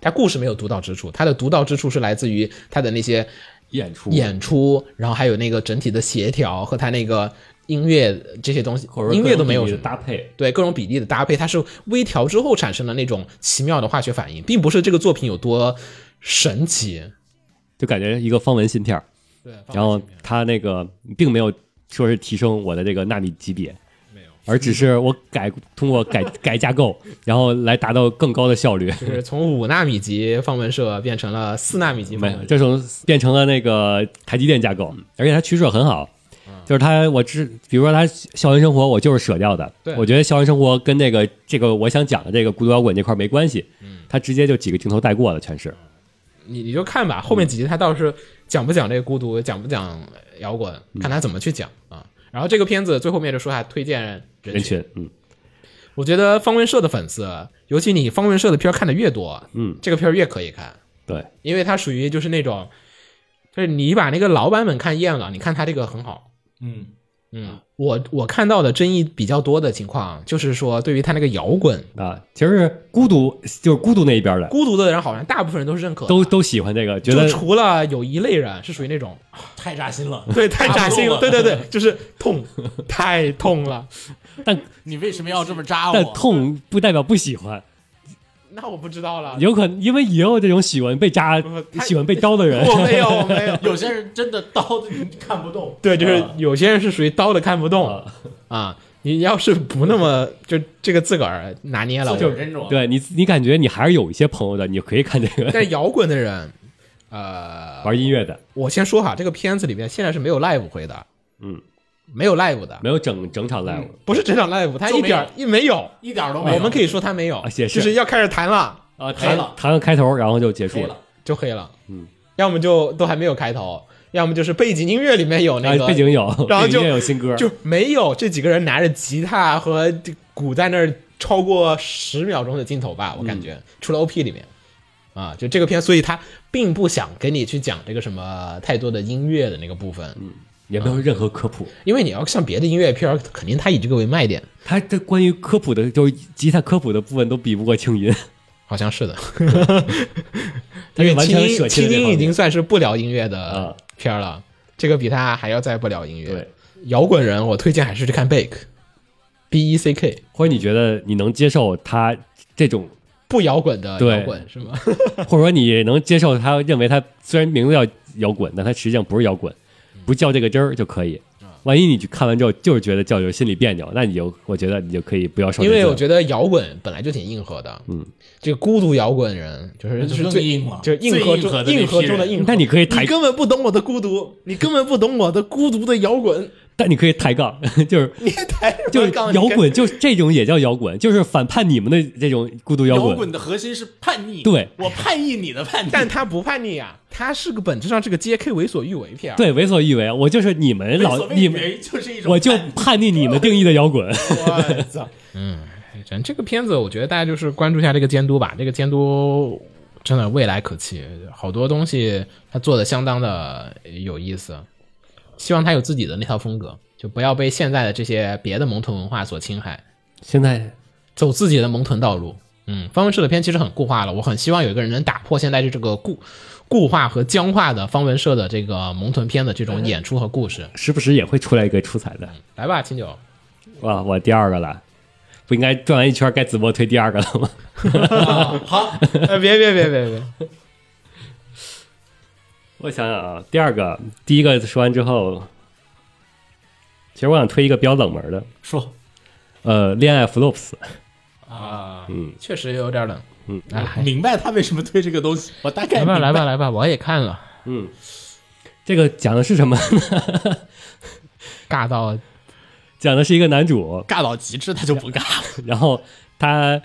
它故事没有独到之处，它的独到之处是来自于它的那些演出演出，然后还有那个整体的协调和它那个音乐这些东西或者，说音乐都没有各什种么搭配，对各种比例的搭配，它是微调之后产生的那种奇妙的化学反应，并不是这个作品有多神奇。就感觉一个方文新片儿。对，然后他那个并没有说是提升我的这个纳米级别，没有，而只是我改通过改改架构，然后来达到更高的效率。就是从五纳米级放文社变成了四纳米级放没有文，社。这种变成了那个台积电架构，而且它取舍很好。嗯就是它，我知，比如说它校园生活，我就是舍掉的。对我觉得校园生活跟这个这个我想讲的这个孤独摇滚这块没关系，嗯它直接就几个镜头带过了，全是。你你就看吧，后面嗯几集他倒是讲不讲这个孤独，讲不讲摇滚，嗯看他怎么去讲啊。然后这个片子最后面就说他推荐人人群，群，嗯，我觉得方文社的粉丝，尤其你方文社的片儿看的越多，嗯这个片儿越可以看，对，因为它属于就是那种，就是你把那个老版本看厌了，你看它这个很好。嗯嗯，我我看到的争议比较多的情况，就是说对于它那个摇滚啊，其实是孤独，就是孤独那一边的，孤独的人，好像大部分人都是认可的，都都喜欢这个，觉就得除了有一类人是属于那种太扎心了。对太扎心了，打不对动对对，就是痛，太痛了。但你为什么要这么扎但我？痛不代表不喜欢，那我不知道了，有可能因为也有这种喜欢被扎啊不他、喜欢被刀的人。我没有，我 没有， 有些人真的刀子看不动，呃对，就是有些人是属于刀的看不动啊啊。你要是不那么就这个自个儿拿捏了，就真种。对你，你感觉你还是有一些朋友的，你可以看这个但是摇滚的人，呃， 玩音乐的，我先说哈，这个片子里面现在是没有 live 回的，嗯，没有 live 的，没有整整嗯场 live，不是整场 live，它就一点儿一没有，一点儿都没有。我们可以说它没有，啊也是就是要开始弹了啊，黑弹了弹个开头，然后就结束黑了了。就黑了，嗯，要么就都还没有开头，要么就是背景音乐里面有那啊个背景有，然后背景就音乐有新歌，就没有这几个人拿着吉他和鼓在那儿超过十秒钟的镜头吧，我感嗯觉、除了 OP 里面啊，就这个片，所以他并不想给你去讲这个什么太多的音乐的那个部分，嗯也没有任何科普。因为你要像别的音乐片儿，肯定他以这个为卖点，他这关于科普的，就是吉他科普的部分都比不过庆云，好像 是的，他因是为完青全音舍弃青了这音方已经面。算是不聊音乐的啊片儿了，这个比他还要再不聊音乐。对，摇滚人，我推荐还是去看 Bake，B E C K，或者你觉得你能接受他这种，不摇滚的对摇滚是吗？或者说你能接受他认为他虽然名字叫摇滚，但他实际上不是摇滚，不较这个真儿就可以。万一你去看完之后就是觉得叫有心里别扭，那你就我觉得你就可以不要受这因罪了。为我觉得摇滚本来就挺硬核的，嗯，这个孤独摇滚人就是就是更最硬了就是硬核最硬核的中那批硬核中的人硬核。那你可以抬你根本不懂我的孤独，你根本不懂我的孤独的摇 滚，但你可以抬杠， 就是你抬什么就是杠摇滚，就是这种也叫摇滚，就是反叛你们的这种孤独摇摇滚。滚的核心是叛逆，对我叛逆你的叛逆，但他不叛逆啊，他是个本质上是个 J.K. 为所欲为片儿。对，为所欲为，我就是你们所老谓你为们，就是一种我就 叛逆叛逆你们定义的摇滚。我操，嗯，反正这个片子我觉得大家就是关注一下这个监督吧，这个监督真的未来可期，好多东西他做的相当的有意思，希望他有自己的那套风格，就不要被现在的这些别的蒙豚文化所侵害。 现在走自己的蒙豚道路。嗯，方文社的片其实很固化了，我很希望有一个人能打破现在这个固固化和僵化的方文社的这个蒙豚片的这种演出和故事。时不时也会出来一个出彩的。来吧，秦 九，哇，我第二个了，不应该转完一圈该子墨推第二个了吗？呃，别别别别别，我想想啊，第二个，第一个说完之后，其实我想推一个比较冷门的，说呃，恋爱 flops，啊确实有点冷。嗯，哎，明白他为什么推这个东西，我大概 来明吧白来吧来吧，我也看了，这个讲的是什么呢？尬到讲的是一个男 主，尬到极致他就不尬 了，然后他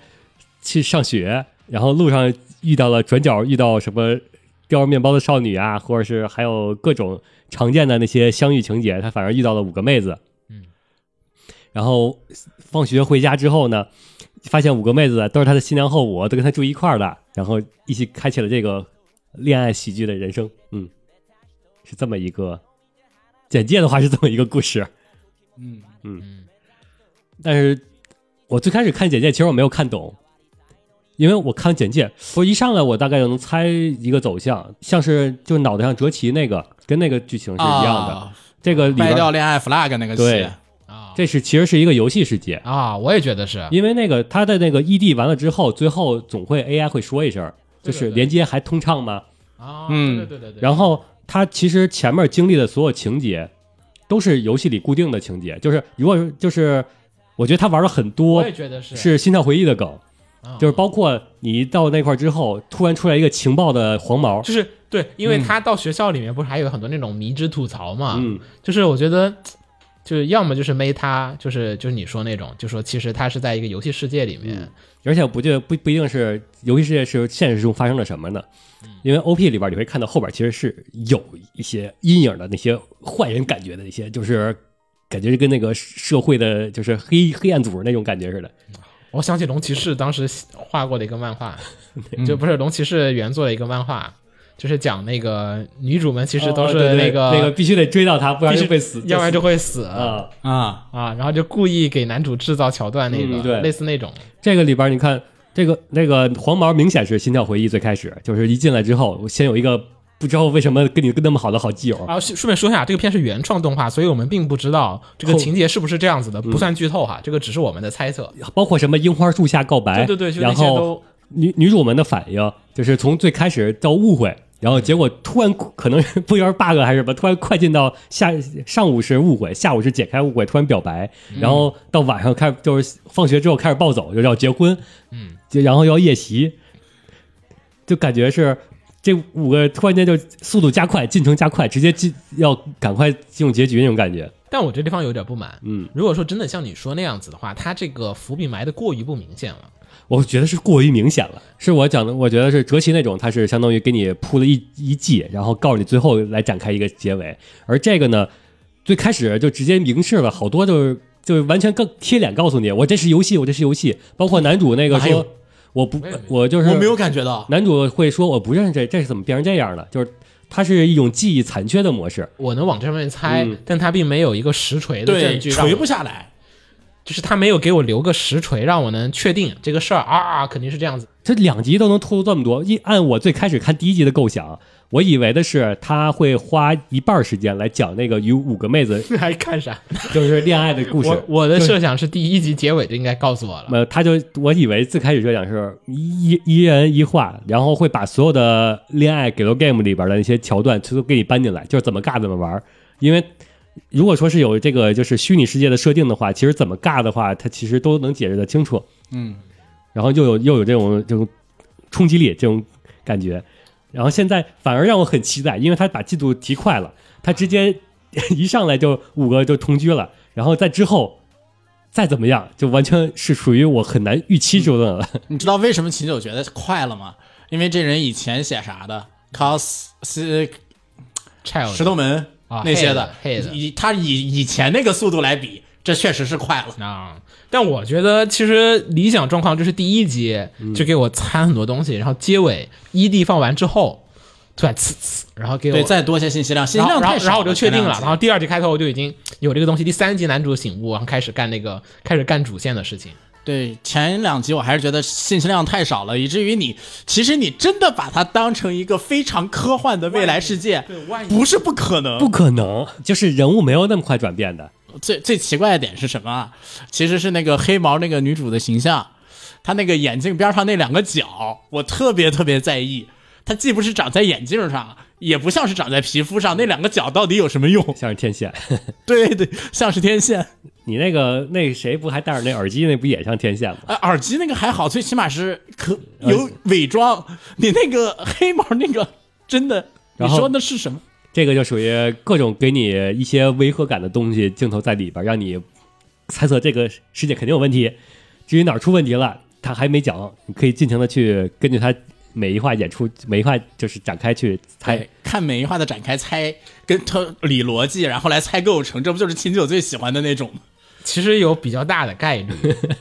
去上学，然后路上遇到了转角遇到什么叼着面包的少女啊，或者是还有各种常见的那些相遇情节，他反正遇到了五个妹子。然后放学回家之后呢，发现五个妹子都是他的新娘后母，都跟他住一块儿的，然后一起开启了这个恋爱喜剧的人生。嗯，是这么一个简介的话是这么一个故事。嗯嗯，但是我最开始看简介，其实我没有看懂，因为我看简介，我一上来我大概就能猜一个走向，像是就脑袋上折旗那个，跟那个剧情是一样的。啊这个里掰边掉恋爱 flag 那个对戏，啊这是其实是一个游戏世界，啊，我也觉得是因为那个他的那个 ED 完了之后，最后总会 AI 会说一声，就对是连接还通畅吗？啊，嗯对对对对，然后他其实前面经历的所有情节，都是游戏里固定的情节，就是如果就是我觉得他玩了很多，我也觉得是是心跳回忆的梗，啊就是包括你到那块儿之后，突然出来一个情报的黄毛，就是对，因为他到学校里面不是还有很多那种迷之吐槽嘛，嗯，就是我觉得。就是要么就是没他，就是就是你说那种，就说其实他是在一个游戏世界里面，而且我不就不不一定是游戏世界是现实中发生了什么呢？嗯因为 O P 里边你会看到后边其实是有一些阴影的那些坏人感觉的一些，就是感觉是跟那个社会的就是黑黑暗组织那种感觉似的。我想起龙骑士当时画过的一个漫画，就不是龙骑士原作的一个漫画，就是讲那个女主们其实都是哦对对那个、那个必须得追到他，不然就会死，要不然就会死啊。啊，啊，然后就故意给男主制造桥段那个，嗯对类似那种，这个里边你看，这个那个黄毛明显是心跳回忆，最开始就是一进来之后，我先有一个不知道为什么跟你那么好的好基友，啊，顺顺便说一下，这个片是原创动画，所以我们并不知道这个后情节是不是这样子的，不算剧透哈，这个只是我们的猜测。包括什么樱花树下告白，对对对就那然些后都女女主们的反应，就是从最开始到误会，然后结果突然可能是不知道是 bug 还是什么，突然快进到下上午是误会，下午是解开误会，突然表白，嗯然后到晚上开始就是放学之后开始暴走，就要结婚，嗯，然后要夜袭，就感觉是。这五个突然间就速度加快，进程加快，直接进要赶快进入结局那种感觉。但我这地方有点不满，嗯，如果说真的像你说那样子的话，他这个伏笔埋的过于不明显了。我觉得是过于明显了。是我讲的，我觉得是哲奇那种，他是相当于给你铺了一一季，然后告诉你最后来展开一个结尾。而这个呢，最开始就直接明示了，好多就是就是完全更贴脸告诉你，我这是游戏，我这是游戏。包括男主那个哪有说，我不没有没，哎我就是我没有感觉到，男主会说我不认识这，这是怎么变成这样的？就是它是一种记忆残缺的模式。我能往这方面猜，嗯但他并没有一个实锤的对，证据让我，垂不下来。就是他没有给我留个实锤，让我能确定这个事儿啊，肯定是这样子。 这两集都能透露这么多，一按我最开始看第一集的构想，我以为的是他会花一半时间来讲那个与五个妹子还看啥？就是恋爱的故事。我我的设想是第一集结尾就应该告诉我了。呃，他就我以为最开始就讲是一一人一话，然后会把所有的恋爱给到 game 里边的那些桥段，全都给你搬进来，就是怎么尬怎么玩儿。因为如果说是有这个就是虚拟世界的设定的话，其实怎么尬的话，它其实都能解释的清楚。嗯，然后又有又有这种这种冲击力这种感觉，然后现在反而让我很期待，因为他把进度提快了，他直接 一上来就五个就同居了，然后在之后再怎么样，就完全是属于我很难预期中的了。 你知道为什么秦九觉得快了吗？因为这人以前写啥的，cos 是 Child，石头门啊那些的，黑的黑的以他以以前那个速度来比，这确实是快了。啊！但我觉得其实理想状况就是第一集嗯就给我掺很多东西，然后结尾一 D 放完之后，突然呲呲，然后给我对，再多些信息量，信然息后量然太后少然后我就确定了，然后后第二集开头我就已经有这个东西，第三集男主醒悟，然后开始干那个开始干主线的事情。对前两集我还是觉得信息量太少了，以至于你其实你真的把它当成一个非常科幻的未来世界万一，不是不可能。不可能，就是人物没有那么快转变的。最最奇怪的点是什么啊？其实是那个黑毛那个女主的形象，她那个眼镜边上那两个角，我特别特别在意。它既不是长在眼镜上，也不像是长在皮肤上，那两个角到底有什么用？像是天线， 对对，像是天线。你那个那谁不还戴着那耳机，那不也像天线吗？呃，耳机那个还好，最起码是可有伪装。你那个黑毛那个真的，你然后说那是什么？这个就属于各种给你一些违和感的东西，镜头在里边，让你猜测这个世界肯定有问题。至于哪儿出问题了，他还没讲，你可以尽情的去根据他每一话演出，每一话就是展开去猜对。，看每一话的展开猜，跟它理逻辑，然后来猜构成，这不就是秦九最喜欢的那种吗？其实有比较大的概率，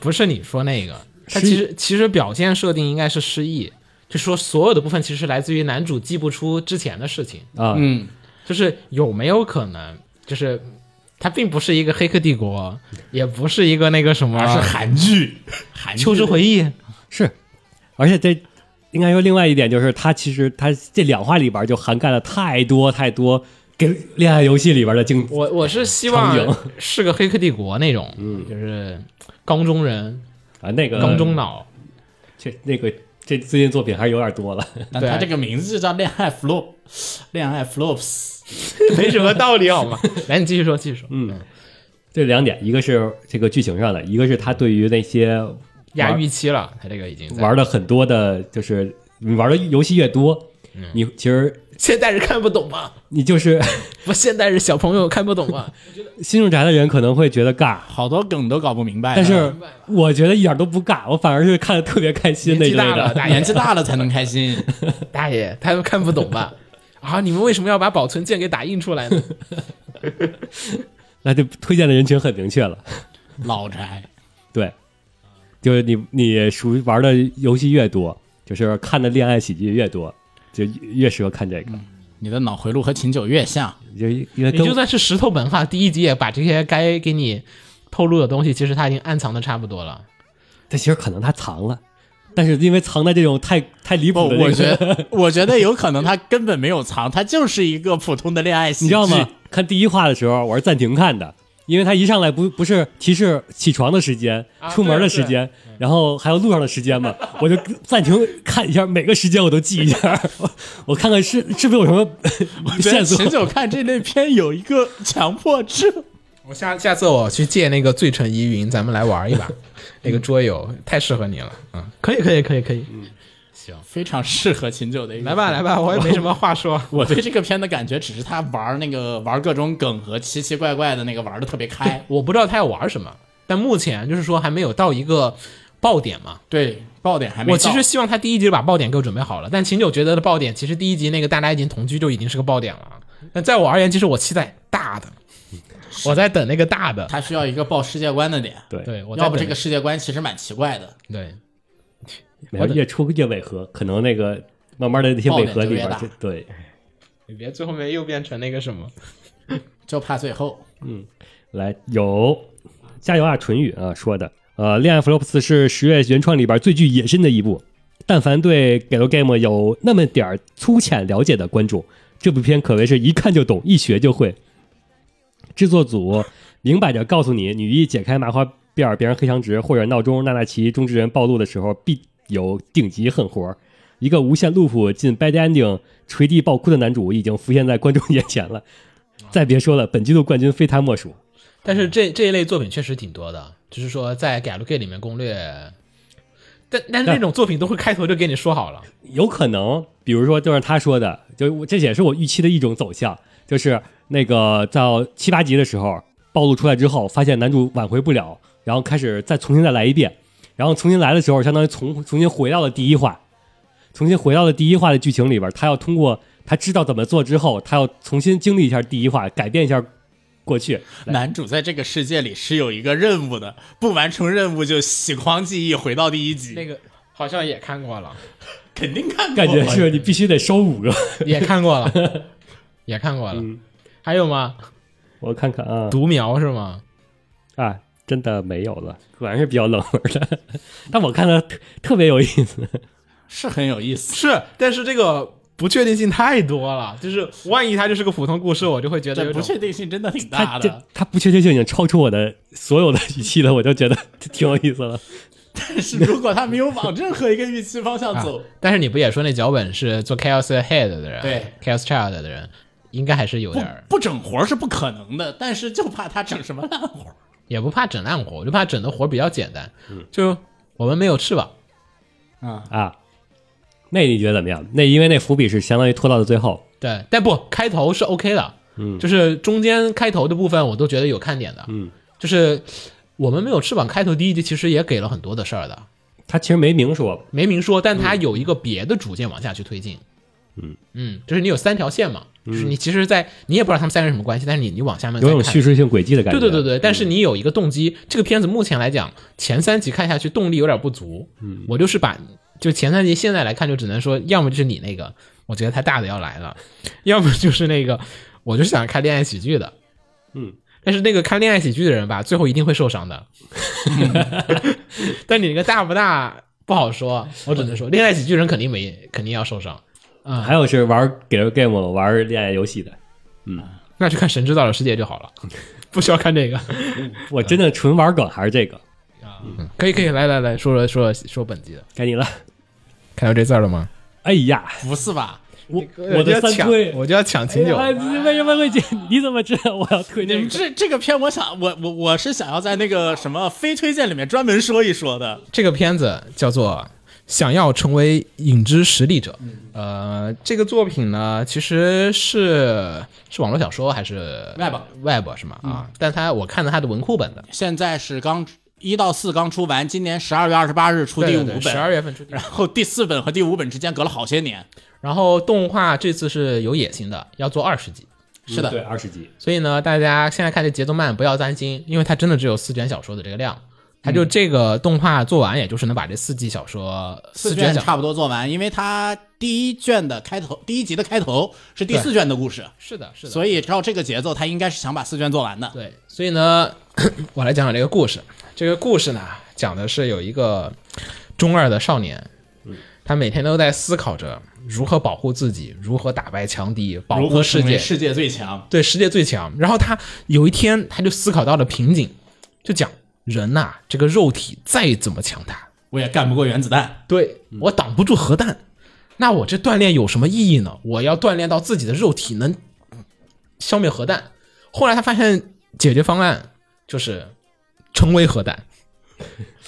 不是你说 那个，它其实其实表现设定应该是失忆，就说所有的部分其实是来自于男主记不出之前的事情，啊，嗯，就是有没有可能，就是它并不是一个《黑客帝国》，也不是一个那个什么而是韩剧，韩《剧啊秋之回忆》，是，而且这应该说另外一点就是，他其实他这两话里边就涵盖了太多太多跟恋爱游戏里边的镜我我是希望场景是个《黑客帝国》那种，就是缸中人、啊，那个缸中脑，这那个这最近作品还是有点多了。 但对他这个名字就叫恋爱 flop，恋爱 flops。没什么道理好吗？来，你继续说，继续说。嗯，这两点，一个是这个剧情上的，一个是他对于那些压玩预期了，他这个已经在玩的很多的，就是你玩的游戏越多，嗯你其实现代人看不懂吗？你就是 不，现代人小朋友看不懂吗？新入宅的人可能会觉得尬，好多梗都搞不明白。但是我觉得一点都不尬，我反而是看的特别开心的年一纪类大了，的。大年爷纪大了才能开心， 大爷，他们看不懂吧？啊，你们为什么要把保存键给打印出来呢？ 那就推荐的人群很明确了，老宅对，就是你你属于玩的游戏越多，就是看的恋爱喜剧越多，就越越适合看这个，你的脑回路和秦九越像，就因为嗯你跟就算是石头门哈，第一集也把这些该给你透露的东西，其实他已经暗藏的差不多了。但其实可能他藏了，但是因为藏在这种太太离不，谱的、这个，哦我觉 得，我觉得有可能他根本没有藏，他就是一个普通的恋爱喜剧。 你知道吗？？看第一话的时候，我是暂停看的，因为他一上来不不是提示起床的时间、啊出门的时间，然后还有路上的时间嘛，我就暂停看一下每个时间，我都记一下，我 我看看是是不是有什么觉得线索秦。九看这类片有一个强迫症，我下下次我去借那个《醉城疑云》，咱们来玩 一把那个桌游，太适合你了。嗯，可以，可以，可以，可以， 非常适合秦九的一个。来吧，来吧，我也没什么话说。。我对这个片的感觉只是他玩那个玩各种梗和奇奇怪怪的那个玩的特别开我不知道他要玩什么，但目前就是说还没有到一个爆点嘛。对，爆点还没到。我其实希望他第一集就把爆点给我准备好了，但秦九觉得的爆点，其实第一集那个大家已经同居就已经是个爆点了。但在我而言，其实我期待大的，我在等那个大的。他需要一个爆世界观的点，对，对，我在要不这等个世界观其实蛮奇怪的。对，然后越哦出越违和，可能那个慢慢的那些违和里边爆点就越就对。你别最后面又变成那个什么，就怕最后来，有加油啊，纯宇啊说的，呃，《恋爱 Flops》是十月原创里边最具野心的一部。但凡对 g a l Game 有那么点儿粗浅了解的观众，这部片可谓是一看就懂，一学就会。制作组明摆着告诉你，女一解开麻花辫儿变成黑长直，或者闹钟娜娜奇中之人暴露的时候，必有顶级狠活儿。一个无限路谱进 bad ending 捶地暴哭的男主已经浮现在观众眼前了。再别说了，本季度冠军非他莫属。但是这这一类作品确实挺多的，只是说在《改路 Gay》里面攻略，但但是这种作品都会开头就给你说好了，有可能，比如说，就是他说的，就我这也是我预期的一种走向，就是那个到七八集的时候暴露出来之后，发现男主挽回不了，然后开始再重新再来一遍，然后重新来的时候，相当于重重新回到了第一话，重新回到了第一话的剧情里边，他要通过他知道怎么做之后，他要重新经历一下第一话，改变一下过去，男主在这个世界里是有一个任务的，不完成任务就洗光记忆，回到第一集。那个好像也看过了，肯定看过，感觉是你必须得收五个， 也看过了，也看过了，还有吗？我看看啊，独苗是吗？啊，真的没有了，果然是比较冷门的，但我看的特特别有意思。是很有意思。是，但是这个不确定性太多了，就是万一它就是个普通故事，我就会觉得 有这不种确定性真的挺他大这的，他不确定性已经超出我的所有的预期了，我就觉得挺有意思了。但是如果他没有往任何一个预期方啊向走，但是你不也说那脚本是做 Chaos Head 的人，对 Chaos Child 的人，应该还是有不点儿，不整活是不可能的，但是就怕他整什么烂活。也不怕整烂活，我就怕整的活比较简单，就我们没有翅膀，啊，那你觉得怎么样？那因为那伏笔是相当于拖到了最后，对，但不开头是 OK 的，嗯，就是中间开头的部分我都觉得有看点的，嗯，就是我们没有翅膀开头第一集其实也给了很多的事儿的，他其实没明说，没明说，但它有一个别的主线往下去推进。嗯嗯，就是你有三条线嘛，就是你其实在，你也不知道他们三个人什么关系，但是你你往下面有再种看叙事性轨迹的感对觉。嗯对对对，但是你有一个动机，这个片子目前来讲，前三集看下去动力有点不足。嗯，我就是把就前三集现在来看，就只能说，要么就是你那个，我觉得太大的要来了， 要么就是那个，我就是想看恋爱喜剧的。嗯，但是那个看恋爱喜剧的人吧，最后一定会受伤 的。但你那个大不大不好说，我只能说，恋爱喜剧人肯定没肯定要受伤。啊还有是玩给了 game 玩恋爱游戏的，那去看《神之道的世界》就好了，不需要看这个。我真的纯玩梗还是这个，可以可以，来来来说说说说本集的。该你了。看到这字儿了吗？哎呀，不是吧？我我的三推，我就要抢秦九。哎你为什么会这？你怎么知道我要推你那们个？这这个片，我想我我我是想要在那个什么非推荐里面专门说一说的。这个片子叫做《想要成为影之实力者》。嗯呃，这个作品呢，其实是是网络小说还是 Web Web 是吗？嗯啊，但它我看了它的文库本的，现在是刚一到四刚出完，今年十二月二十八日出第五本，十二月份出第五然后第四本和第五本之间隔了好些年。然后动画这次是有野心的，要做二十集。是的，对，二十集，所以呢，大家现在看这节奏慢，不要担心，因为它真的只有四卷小说的这个量。它嗯就这个动画做完，也就是能把这四季小说四卷卷小差不多做完，因为它第一卷的开头，第一集的开头是第对四卷的故事，是的，是的。所以照这个节奏，他应该是想把四卷做完的。对，所以呢， 我来讲讲这个故事。这个故事呢，讲的是有一个中二的少年，他每天都在思考着如何保护自己，如何打败强敌，保如护何世成为界，世界最强？对世界最强。然后他有一天，他就思考到了瓶颈，就讲人呐、这个肉体再怎么强大，我也干不过原子 弹。对我挡不住核弹，那我这锻炼有什么意义呢？我要锻炼到自己的肉体能消灭核弹。后来他发现解决方案就是成为核 弹。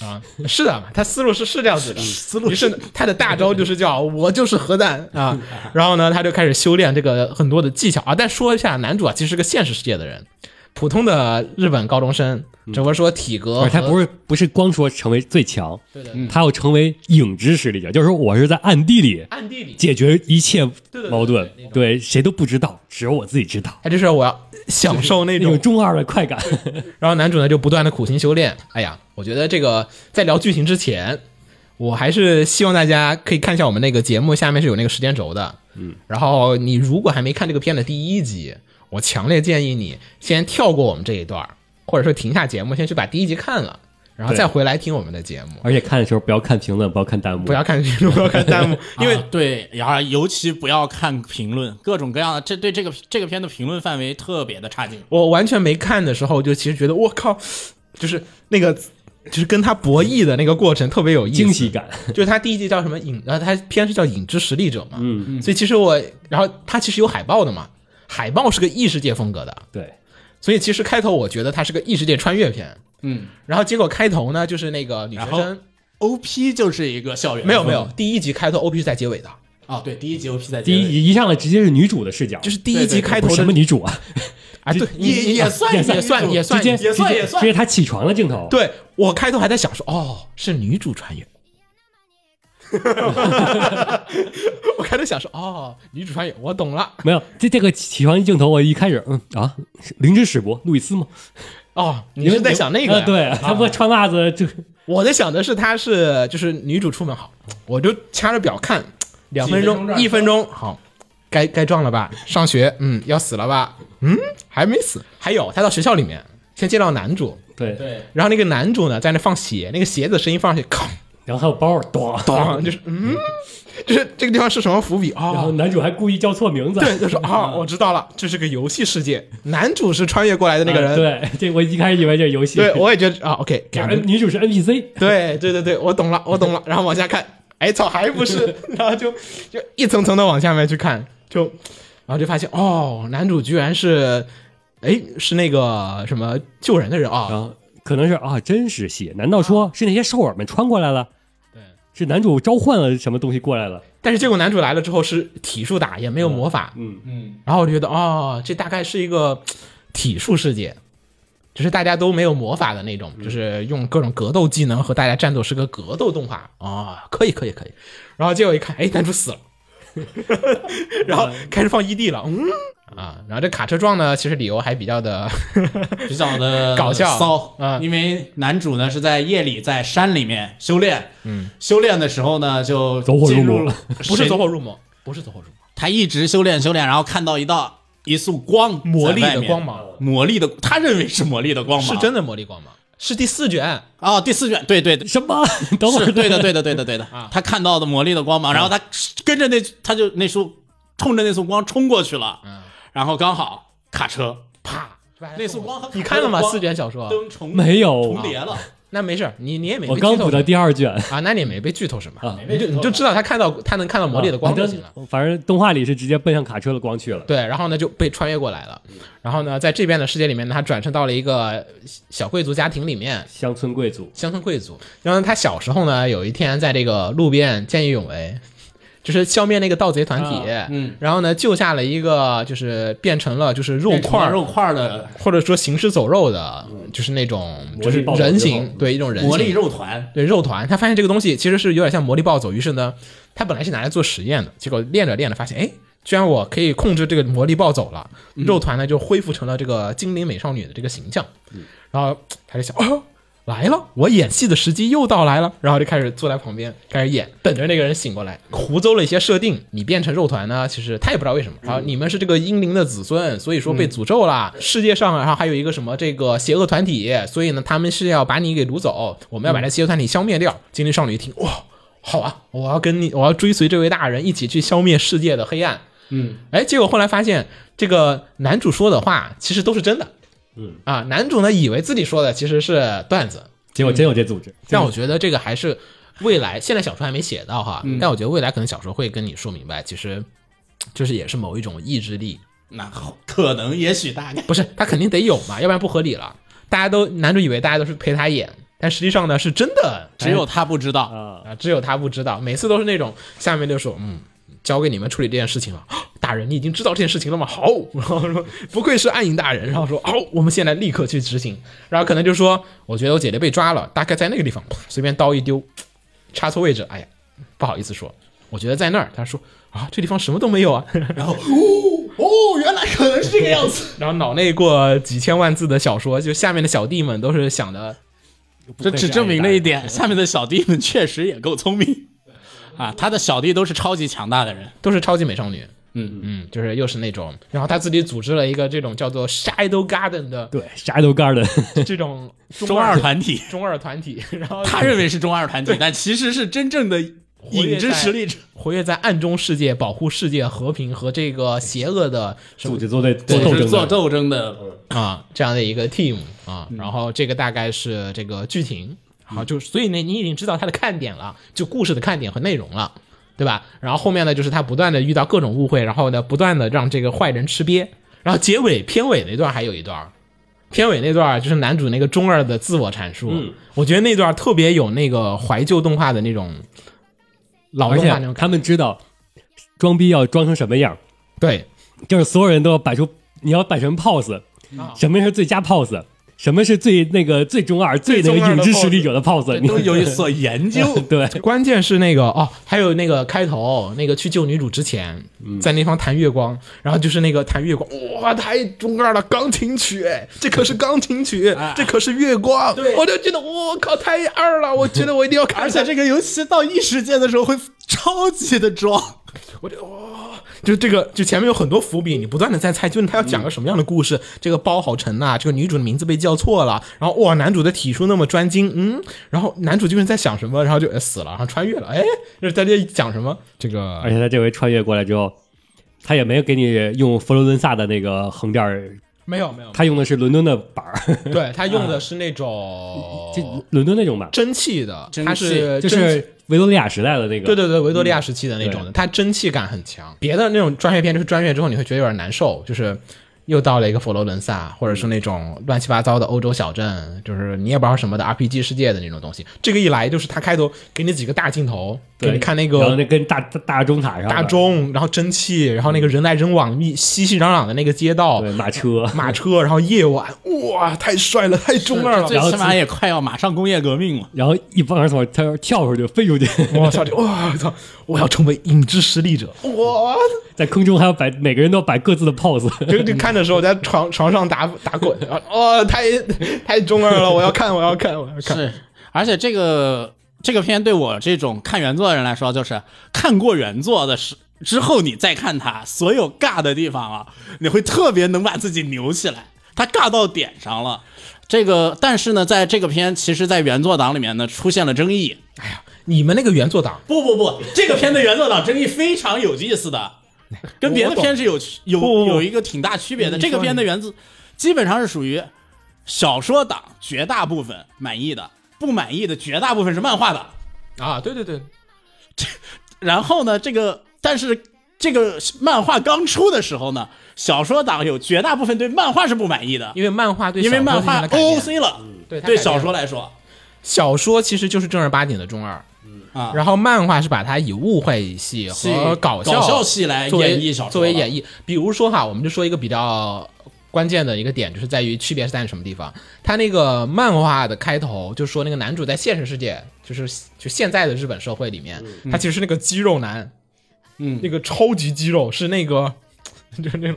啊，是的，他思路是是这样子的，思路是他的大招就是叫我就是核弹啊，然后呢，他就开始修炼这个很多的技巧啊。但说一下，男主啊其实是个现实世界的人，普通的日本高中生，只不过说体格哦嗯不和，是他不是不是光说成为最强，对的他要成为影之实力者，就是说我是在暗地里暗地里解决一切对矛盾，对谁都不知道，只有我自己知道，他就说我要享受那那种种中二的快 感。然后男主呢就不断的苦心修炼。哎呀，我觉得这个在聊剧情之前，我还是希望大家可以看一下我们那个节目下面是有那个时间轴的。嗯，然后你如果还没看这个片的第一集，我强烈建议你先跳过我们这一段儿，或者说停下节目，先去把第一集看了，然后再回来听我们的节目。而且看的时候不要看评论，不要看弹幕，不要看评论，不要看弹幕，因为啊对，然后尤其不要看评论，各种各样的，这对这个这个片的评论范围特别的差劲。我完全没看的时候，就其实觉得我靠，就是那个就是跟他博弈的那个过程特别有意思，惊喜感。 就是他第一季叫什么影，呃，他片是叫《影之实力者》嘛，嗯，所以其实我，然后他其实有海报的嘛，海报是个异世界风格的，对，所以其实开头我觉得它是个异世界穿越片，嗯，然后结果开头呢就是那个女学然生后，O P 就是一个校园，没有没有，第一集开头 OP 是在结尾的，哦，对，第一集 O P 在结第尾一集一上来直接是女主的视角，就是第一集开头不的是什么女主啊，啊，对，你也你也算也算也算直接也算直接也算直接她起床的镜头，对我开头还在想说，哦，是女主穿越。 我开头想说，哦，女主穿越，我懂了。没有这这个起床镜头，我一开始嗯啊，是灵芝史博路易斯吗？哦，你是在想那个、啊对，他不穿袜子就我在想的是，她是就是女主出门好，我就掐着表看，两分钟，一分钟，好，该该撞了吧？上学，嗯，要死了吧？嗯，还没死。还有，她到学校里面先见到男主，对对，然后那个男主呢在那放鞋，那个鞋子声音放上去，哐然后还有包咚当，就是嗯，就是这个地方是什么伏笔啊？然后哦男主还故意叫错名字，对，就说啊，我知道了，这是个游戏世界，男主是穿越过来的那个人。啊，对， 这我一开始以为这是游戏， 对，我也觉得啊，OK，假感如觉女主是 NPC， 对对对对，我懂了，我懂了。然后往下看，哎操，还不是，然后就就一层层的往下面去看，就然后就发现哦，男主居然是，哎，是那个什么救人的人啊、然后可能是啊真实系，难道说是那些兽耳们穿过来了？啊对，是男主召唤了什么东西过来了？但是结果男主来了之后是体术打，也没有魔法，嗯嗯，然后我就觉得哦，这大概是一个嘖体术世界，就是大家都没有魔法的那种，就是用各种格斗技能和大家战斗，是个格斗动画啊、哦，可以可以可以。然后结果一看，哎，男主死了，然后开始放 ED 了，嗯啊，然后这卡车撞呢，其实理由还比较的比较的搞笑骚嗯因为男主呢是在夜里在山里面修炼，嗯，修炼的时候呢就走火入魔进了了， 不是走火入魔，不是走火入魔，他一直修炼修炼，然后看到一道一束光，魔力的光，芒魔力的，他认为是魔力的光芒，是真的魔力光芒，是第四卷。哦，第四卷，对对对。什 么？等会儿是对的，对的，对的，对的。他看到的魔力的光芒，然后他跟着那，他就那束，冲着那束光冲过去了。然后刚好卡车啪，那束光和卡车的你看了吗？光四卷小说灯重没有重叠了，那没事儿，你你也没我被刚剧透补什的么第二卷啊，那你也没被剧透什么啊，你就你就知道他看到他能看到魔力的光就行了。啊反正动画里是直接奔向卡车的光去了。对，然后呢就被穿越过来了，然后呢在这边的世界里面呢，他转身到了一个小贵族家庭里面，乡村贵族，乡村贵族。然后他小时候呢，有一天在这个路边见义勇为，就是消灭那个盗贼团体，嗯，然后呢救下了一个就是变成了就是肉块儿肉块儿的或者说行尸走肉的，就是那种就魔力是暴走之人后形，对一种人形魔力肉团，对肉团，他发现这个东西其实是有点像魔力暴走，于是呢，他本来是拿来做实验的，结果练着练着发现，哎，居然我可以控制这个魔力暴走了，肉团呢就恢复成了这个精灵美少女的这个形象，然后他就想，哦，来了，我演戏的时机又到来了，然后就开始坐在旁边开始演，等着那个人醒过来，胡诌了一些设定，你变成肉团呢，其实他也不知道为什么，然后你们是这个英灵的子孙，所以说被诅咒啦，世界上然后还有一个什么这个邪恶团体，所以呢他们是要把你给掳走，我们要把这邪恶团体消灭掉。精灵少女一听，哇，好啊，我要跟你，我要追随这位大人一起去消灭世界的黑暗。嗯，哎，结果后来发现这个男主说的话其实都是真的。嗯啊，男主呢以为自己说的其实是段子，结果真有这组织。但我觉得这个还是未来，现在小说还没写到哈，但我觉得未来可能小说会跟你说明白，其实就是也是某一种意志力，那好，可能也许大概不是他肯定得有嘛，要不然不合理了。大家都男主以为大家都是陪他演，但实际上呢是真的只有他不知道，啊，啊，只有他不知道，每次都是那种下面就说嗯。交给你们处理这件事情了，哦大人，你已经知道这件事情了吗？好， 然后说不愧是暗影大人，然后说好，我们现在立刻去执行，然后可能就说，我觉得我姐姐被抓了，大概在那个地方，啪随便刀一丢，插错位置，哎呀，不好意思说，我觉得在那儿，他说啊，这地方什么都没有啊， 然后哦，原来可能是这个样子，然后脑内过几千万字的小说，就下面的小弟们都是想的，这只证明了一点，下面的小弟们确实也够聪明啊，他的小弟都是超级强大的人，都是超级美少女。嗯嗯，就是又是那种，然后他自己组织了一个这种叫做 Shadow Garden 的对，Shadow Garden 这种中二团体，中二团体，然后他认为是中二团体，但其实是真正的影之实力者。活跃在暗中世界，保护世界和平和这个邪恶的什 组么织作对做斗就争是的做斗争的，啊这样的一个 team 嗯啊，然后这个大概是这个剧情，好就所以呢，你已经知道它的看点了，就故事的看点和内容了，对吧？然后后面呢，就是他不断的遇到各种误会，然后呢，不断的让这个坏人吃瘪，然后结尾片尾那段还有一段。片尾那段儿就是男主那个中二的自我阐述，嗯我觉得那段儿特别有那个怀旧动画的那种老而动画那种感且他们知道装逼要装成什么样，对，就是所有人都要摆出你要摆成 pose，什啊么是最佳 pose，什么是最那个最中二、最那个中二的影之 pose 实力者的 pose，你都有所研究。嗯 对，关键是那个哦，还有那个开头那个去救女主之前，嗯在那方弹月光，然后就是那个弹月光，哇，太中二了，钢琴曲，哎这可是钢琴曲，啊这可是月光，我就觉得我靠，太 二了，我觉得我一定要看，而且这个游戏到异世界的时候会超级的装，我就哦，就这个就前面有很多伏笔，你不断的在猜，就是他要讲个什么样的故事。嗯这个包好沉啊呐、这个女主的名字被叫错了，然后哇，男主的体术那么专精，嗯，然后男主究竟在想什么，然后就、哎死了，然后穿越了，哎，就是在这讲什么这个哎而且他这回穿越过来之后，他也没有给你用佛罗伦萨的那个横店儿，没有没有，他用的是伦敦的板儿， 对他用的是那种 这伦敦那种板，蒸汽的，蒸汽它是就蒸汽是维多利亚时代的那个。对对对，维多利亚时期的那种的，它蒸汽感很强。别的那种穿越片，就是穿越之后你会觉得有点难受，就是又到了一个佛罗伦萨，或者是那种乱七八糟的欧洲小镇，就是你也不知道什么的 RPG 世界的那种东西。这个一来就是它开头给你几个大镜头，对，给你看那然后个那跟大大大钟塔上的大钟，然后蒸汽，然后那个人来人往、密熙熙攘攘的那个街道对。马车， 马车，然后夜晚，哇，太帅了，太中二了！最起码也快要马上工业革命了。然后一帮人从他跳出去飞出去， 我操！我操！我要成为影之实力者！我在空中还要摆每个人都要摆各自的 pose，就就看的时候在床床上打打滚，然后哦，太太中二了！我要看，我要看，我要看！是，而且这个这个片对我这种看原作的人来说，就是看过原作的时之后，你再看它，所有尬的地方啊，你会特别能把自己扭起来，它尬到点上了。这个，但是呢，在这个片，其实，在原作党里面呢，出现了争议。哎你们那个原作党不不不，这个片的原作党争议非常有意思的，跟别的片是有区有不不不嗯有一个挺大区别的。你这个说片你的原子基本上是属于小说党绝大部分满意的，不满意的绝大部分是漫画党。啊，对对对，然后呢，这个但是这个漫画刚出的时候呢，小说党有绝大部分对漫画是不满意的，因为漫画对哦因为小说漫进行画了改变 OOC 了，对它对改变小了说来说，小说其实就是正儿八经的中二，啊然后漫画是把它以误会戏是和搞笑笑戏来作为演绎小说，作为演。绎。比如说哈，我们就说一个比较关键的一个点，就是在于区别是在于什么地方。他那个漫画的开头就说那个男主在现实世界，就是就现在的日本社会里面，他其实是那个肌肉男，嗯，那个超级肌肉是那个 就是那种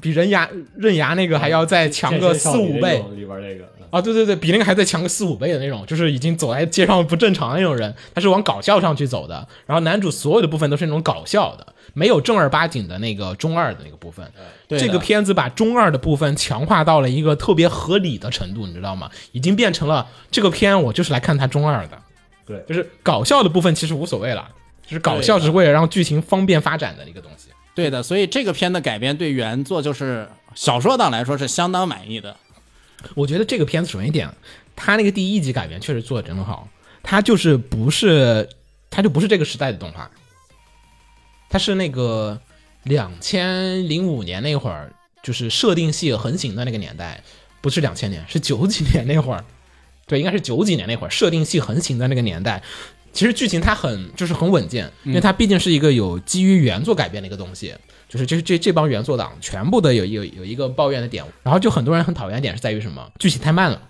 比人牙刃牙那个还要再强个四五倍，里边那个，嗯啊，对对对，比那个还再强个四五倍的那种，就是已经走在街上不正常的那种人，他是往搞笑上去走的。然后男主所有的部分都是那种搞笑的，没有正儿八经的那个中二的那个部分。对的这个片子把中二的部分强化到了一个特别合理的程度，你知道吗？已经变成了这个片我就是来看他中二的，对就是搞笑的部分其实无所谓了，就是搞笑对的是为了让剧情方便发展的一个东西。对的，所以这个片的改编对原作就是小说党来说是相当满意的。我觉得这个片子首先一点，它那个第一集改编确实做的真好，它就是不是，它就不是这个时代的动画，它是那个两千零五年那会儿，就是设定系横行的那个年代，不是两千年，是九几年那会儿，对，应该是九几年那会儿设定系横行的那个年代。其实剧情它很就是很稳健，因为它毕竟是一个有基于原作改编的一个东西，就是这这这帮原作党全部的有有有一个抱怨的点，然后就很多人很讨厌的点是在于什么？剧情太慢了。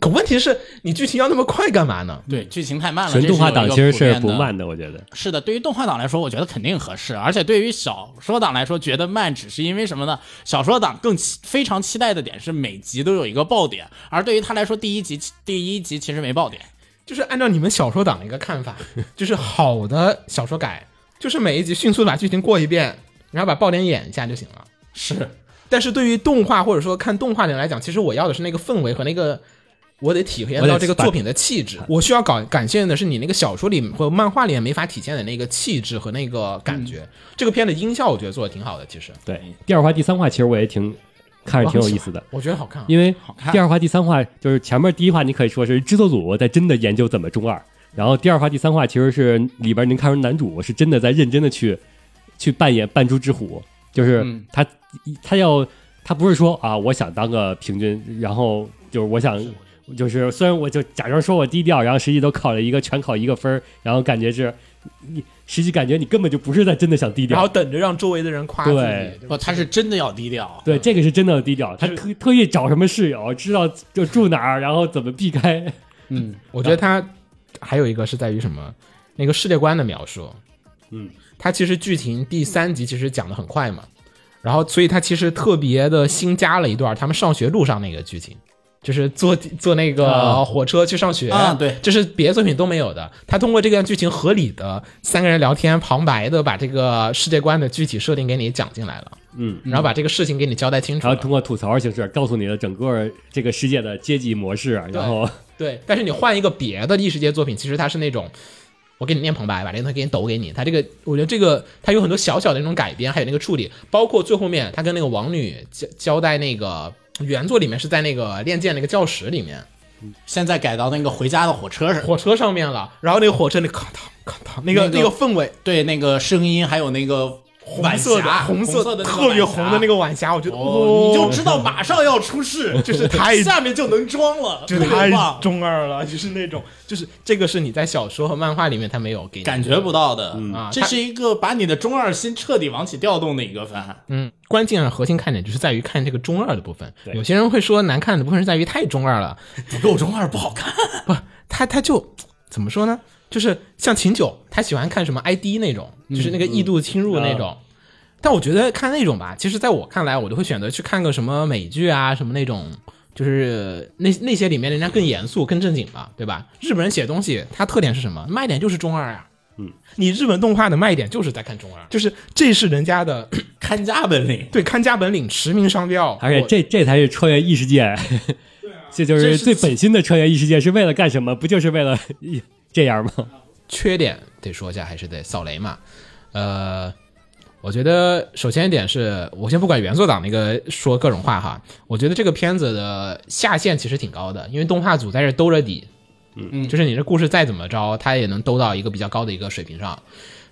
可问题是你剧情要那么快干嘛呢？对，剧情太慢了。嗯纯动画党这其有一实个普遍是的不。慢的，我觉得。是的，对于动画党来说，我觉得肯定合适。而且对于小说党来说，觉得慢只是因为什么呢？小说党更期非常期待的点是每集都有一个爆点，而对于他来说，第一集第一集其实没爆点。就是按照你们小说党的一个看法，就是好的小说改，就是每一集迅速地把剧情过一遍，然后把爆点演一下就行了。是，但是对于动画或者说看动画的人来讲，其实我要的是那个氛围和那个，我得体验到这个作品的气嗯质。我需要感感谢的是你那个小说里或者漫画里面没法体现的那个气质和那个感嗯觉。这个片的音效我觉得做的挺好的，其实对，第二话、第三话其实我也挺看着挺有意思的，我觉得好看啊、因为看第二话、第三话就是前面第一话，你可以说是制作组在真的研究怎么中二，然后第二话、第三话其实是里边您看出男主是真的在认真的去去扮演扮猪之虎，就是他、他要他不是说啊，我想当个平均，然后就是我想。就是虽然我就假装说我低调，然后实际都考了一个全考一个分儿然后感觉是，你实际感觉你根本就不是在真的想低调，然后等着让周围的人夸自对己。不，他是真的要低调。对，这个是真的低调，他特特意找什么室友，知道就住哪儿，然后怎么避开。我觉得它还有一个是在于什么？那个世界观的描述，嗯，它其实剧情第三集其实讲的很快嘛，然后所以它其实特别的新加了一段他们上学路上那个剧情，就是坐坐那个啊火车去上学啊对这是别的作品都没有的。他通过这个剧情合理的三个人聊天旁白的把这个世界观的具体设定给你讲进来了，嗯，然后把这个事情给你交代清楚然了后通过吐槽形式告诉你的整个这个世界的阶级模式，然后对，但是你换一个别的异世界作品，其实它是那种，我给你念旁白，把这个东西给你抖给你。它这个，我觉得这个它有很多小小的那种改编，还有那个处理，包括最后面他跟那个王女交交代那个原作里面是在那个练剑那个教室里面，现在改到那个回家的火车上，火车上面了，然后那个火车那咔嗒咔嗒，那个那个那个氛围，对那个声音，还有那个红红色的红色的那个特晚别霞红的那个晚霞，我觉得哦，你就哦知道马上要出事， 就是太下面就能装了， 就特别太棒，中二了，就是那种，就是这个是你在小说和漫画里面他没有给你的感觉不到的。啊这是一个把你的中二心彻底往起调动的一个番。嗯，关键核心看点就是在于看这个中二的部分。有些人会说难看的部分是在于太中二了，不够中二不好看。不，他他就怎么说呢？就是像秦九，他喜欢看什么 ID 那种，就是那个异度侵入那种。但我觉得看那种吧，其实在我看来，我就会选择去看个什么美剧啊，什么那种，就是那那些里面人家更严肃、更正经嘛，对吧？日本人写东西，它特点是什么？卖点就是中二啊。嗯，你日本动画的卖点就是在看中二，就是这是人家的 看家本领，对看家本领、驰名商标，而且我这这才是穿越异世界，这 就是最本心的穿越异世界是为了干什么？不就是为了这样吗？缺点得说一下，还是得扫雷嘛。呃，我觉得首先一点是我先不管原作党那个说各种话哈，我觉得这个片子的下限其实挺高的，因为动画组在这兜着底，嗯，就是你这故事再怎么着，它也能兜到一个比较高的一个水平上。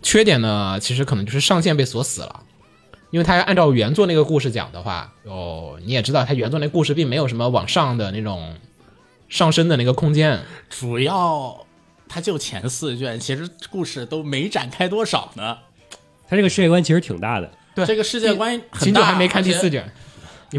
缺点呢，其实可能就是上限被锁死了。因为它按照原作那个故事讲的话，哦，你也知道，它原作那故事并没有什么往上的那种上升的那个空间。主要它就前四卷，其实故事都没展开多少呢。他这个世界观其实挺大的，对，这个世界观很秦九大，还没看第四而且卷，你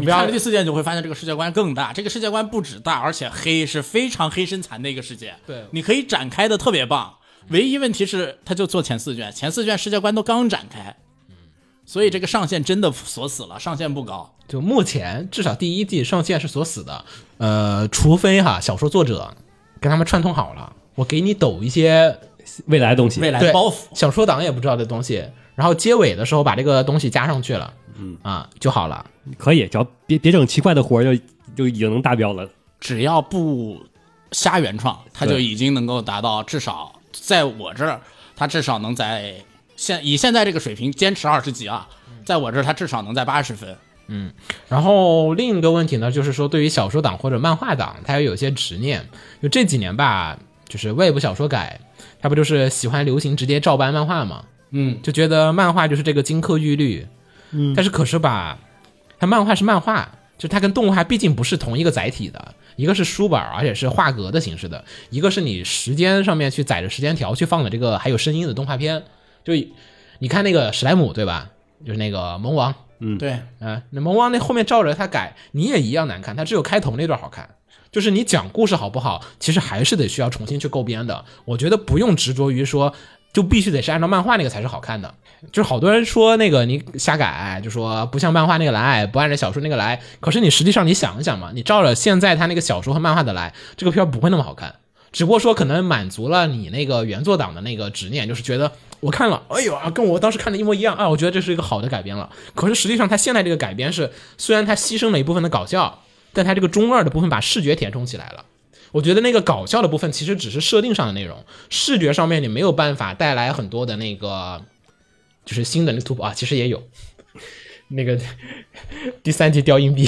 你不要看了第四卷就会发现这个世界观更大，这个世界观不止大，而且黑是非常黑身残的一个世界。对你可以展开的特别棒。唯一问题是，他就做前四卷，前四卷世界观都刚展开，嗯所以这个上限真的锁死了，上限不高。就目前至少第一季上线是锁死的，呃，除非哈小说作者跟他们串通好了，我给你抖一些未来的东西，未来对包袱小说党也不知道的东西，然后结尾的时候把这个东西加上去了，嗯啊就好了。可以，只要别别整奇怪的活儿，就就已经能达标了。只要不瞎原创，他就对已经能够达到至少在我这儿，他至少能在现以现在这个水平坚持二十集啊，嗯在我这儿他至少能在八十分。然后另一个问题呢，就是说对于小说党或者漫画党，他也有一些执念。就这几年吧，就是外部小说改，他不就是喜欢流行直接照搬漫画嘛？嗯，就觉得漫画就是这个金科玉律。嗯，但是可是吧，它漫画是漫画，就它跟动画毕竟不是同一个载体的，一个是书本，而且是画格的形式的，一个是你时间上面去载着时间条去放的这个还有声音的动画片。就你看那个史莱姆对吧？就是那个萌王。对，啊，那魔王那后面照着他改，你也一样难看，他只有开头那段好看。就是你讲故事好不好，其实还是得需要重新去构编的。我觉得不用执着于说，就必须得是按照漫画那个才是好看的。就是好多人说那个你瞎改，就说不像漫画那个来，不按照小说那个来。可是你实际上你想一想嘛，你照着现在他那个小说和漫画的来，这个片儿不会那么好看。只不过说可能满足了你那个原作党的那个执念，就是觉得我看了，哎呦啊，跟我当时看的一模一样啊，我觉得这是一个好的改编了。可是实际上，它现在这个改编是虽然它牺牲了一部分的搞笑，但它这个中二的部分把视觉填充起来了。我觉得那个搞笑的部分其实只是设定上的内容，视觉上面你没有办法带来很多的那个就是新的那突破啊，其实也有。那个 第三集雕硬币，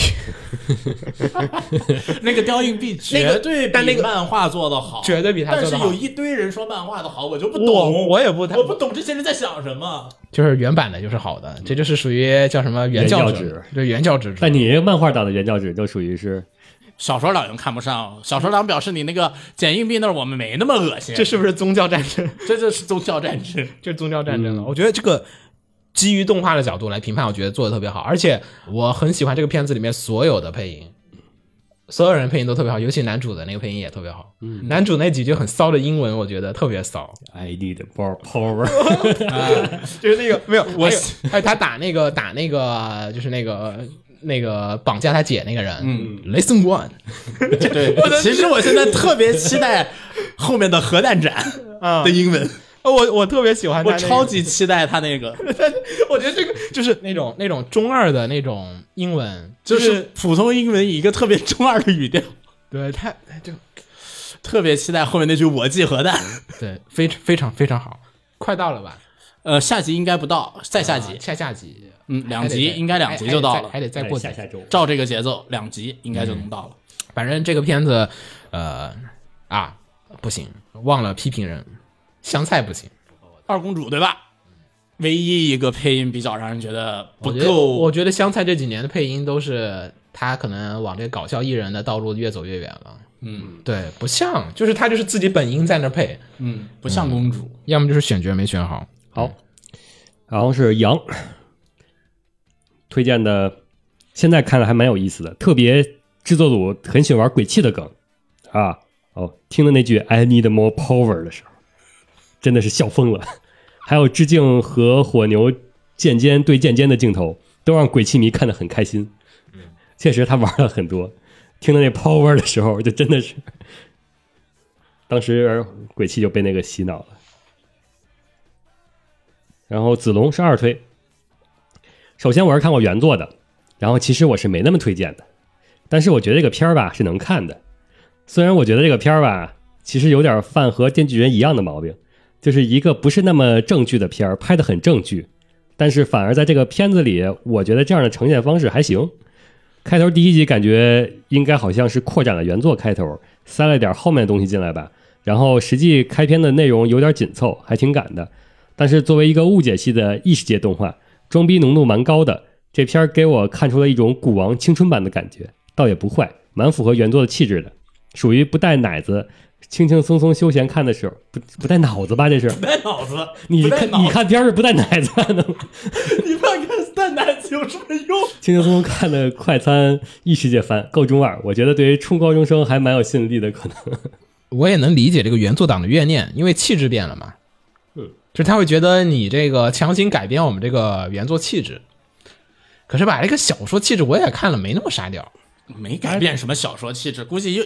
那个雕硬币那个绝对但那比个漫画做的好，绝对比他做得好但是有一堆人说漫画的好，我就不我懂，我也不太我不懂这些人在想什么。就是原版的就是好的，这就是属于叫什么嗯原教原教旨旨，对原教旨主义。但你这个漫画党的原教旨就属于是小说党又看不上，小说党表示你那个 捡硬币那儿我们没那么恶心，这是不是宗教战 争？这就是宗教战争。这是宗教战争了。我觉得这个基于动画的角度来评判，我觉得做的特别好，而且我很喜欢这个片子里面所有的配音，所有人配音都特别好，尤其男主的那个配音也特别好。嗯，男主那几句很骚的英文，我觉得特别骚， I need more power，啊 就是那个没有 我，还有他打那个打那个就是那个。那个绑架他姐那个人，嗯，Listen One，对，其实我现在特别期待后面的核弹展 的英文，哦我我特别喜欢他、我超级期待他那个， 我觉得这个就是那种那种中二的那种英文，就是普通英文以一个特别中二的语调，对哎他就特别期待后面那句“我记核弹对非常非常非常好，快到了吧？”。呃，下集应该不到，再下集啊，下下集，嗯，两还得集再应该两集就到了还，得再还得再过几哎下集下周照这个节奏，两集应该就能到了。反正这个片子，呃啊不行，忘了批评人，香菜不行，二公主对吧？唯一一个配音比较让人觉得不我觉得我够，觉得香菜这几年的配音都是他可能往这个搞笑艺人的道路越走越远了。嗯，对，不像，就是他就是自己本音在那配，嗯，不像公主。要么就是选角没选好。好，然后是杨推荐的，现在看了还蛮有意思的，特别制作组很喜欢玩鬼泣的梗啊。哦，听的那句 “I need more power” 的时候，真的是笑疯了。还有致敬和火牛剑尖对剑尖的镜头，都让鬼泣迷看得很开心。确实，他玩了很多。听到那 power 的时候，就真的是，当时鬼泣就被那个洗脑了。然后子龙是二推。首先我是看过原作的，然后其实我是没那么推荐的，但是我觉得这个片儿吧是能看的。虽然我觉得这个片儿吧，其实有点犯和《电锯人》一样的毛病，就是一个不是那么正剧的片儿，拍的很正剧，但是反而在这个片子里，我觉得这样的呈现方式还行。开头第一集感觉应该好像是扩展了原作开头，塞了点后面的东西进来吧，然后实际开篇的内容有点紧凑，还挺赶的。但是作为一个误解系的异世界动画，装逼浓度蛮高的。这片儿给我看出了一种古王青春版的感觉，倒也不坏，蛮符合原作的气质的，属于不带奶子，轻轻松松休闲看的时候，不不带脑子吧？这是不带脑子，你不带看脑你子，看片儿是不带奶子看的吗？ 你看看带奶子有什么用？轻轻松松看的快餐异世界番够中二，我觉得对于初高中生还蛮有吸引力的，可能。我也能理解这个原作党的怨念，因为气质变了嘛。嗯，就是他会觉得你这个强行改编我们这个原作气质，可是吧，这个小说气质我也看了，没那么沙雕。没改变什么小说气质，估计又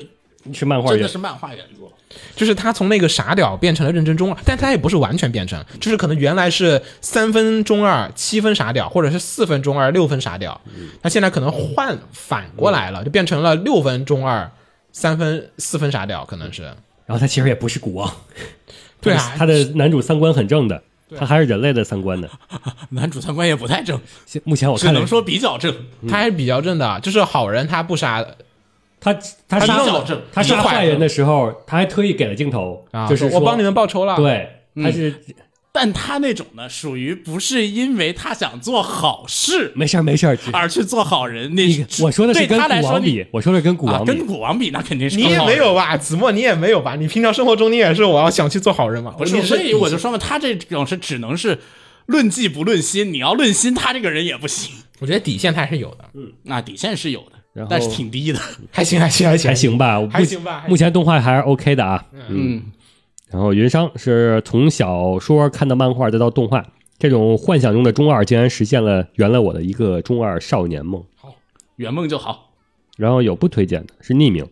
是漫画真的原是漫画原作。就是他从那个傻屌变成了认真中二，但他也不是完全变成，就是可能原来是三分中二、七分傻屌，或者是四分中二、六分傻屌，他现在可能换反过来了，就变成了六分中二、三分四分傻屌，可能是。然后他其实也不是古王，对啊，他的男主三观很正的，他还是人类的三观的。男主三观也不太正，现目前我只看能了，说比较正。他还是比较正的，就是好人他不杀，他他杀比较正他比杀较坏坏人的时候，他还特意给了镜头啊，，就是我说帮你们嗯报仇了。，对，他是但他那种呢，属于不是因为他想做好事没事儿没事儿。只而去做好人。那我说的是啊对跟他来古说王你比，我说的是跟古啊，王跟比，古王比，那肯定是你更也好没人有吧，子墨你也没有吧，你平常生活中你也是我要想去做好人嘛，不是，你所以我你就说嘛，他这种是只能是论迹不论心，你要论心，他这个人也不行。我觉得底线他还是有的，那底线是有的然，后但是挺低的。还行还行还行还，行吧，我还行吧还行目前动画还是 OK 的啊。嗯，然后云商是从小说看到漫画，再到动画，这种幻想中的中二，竟然实现了圆了我的一个中二少年梦。圆梦就好。然后有不推荐的，是匿名。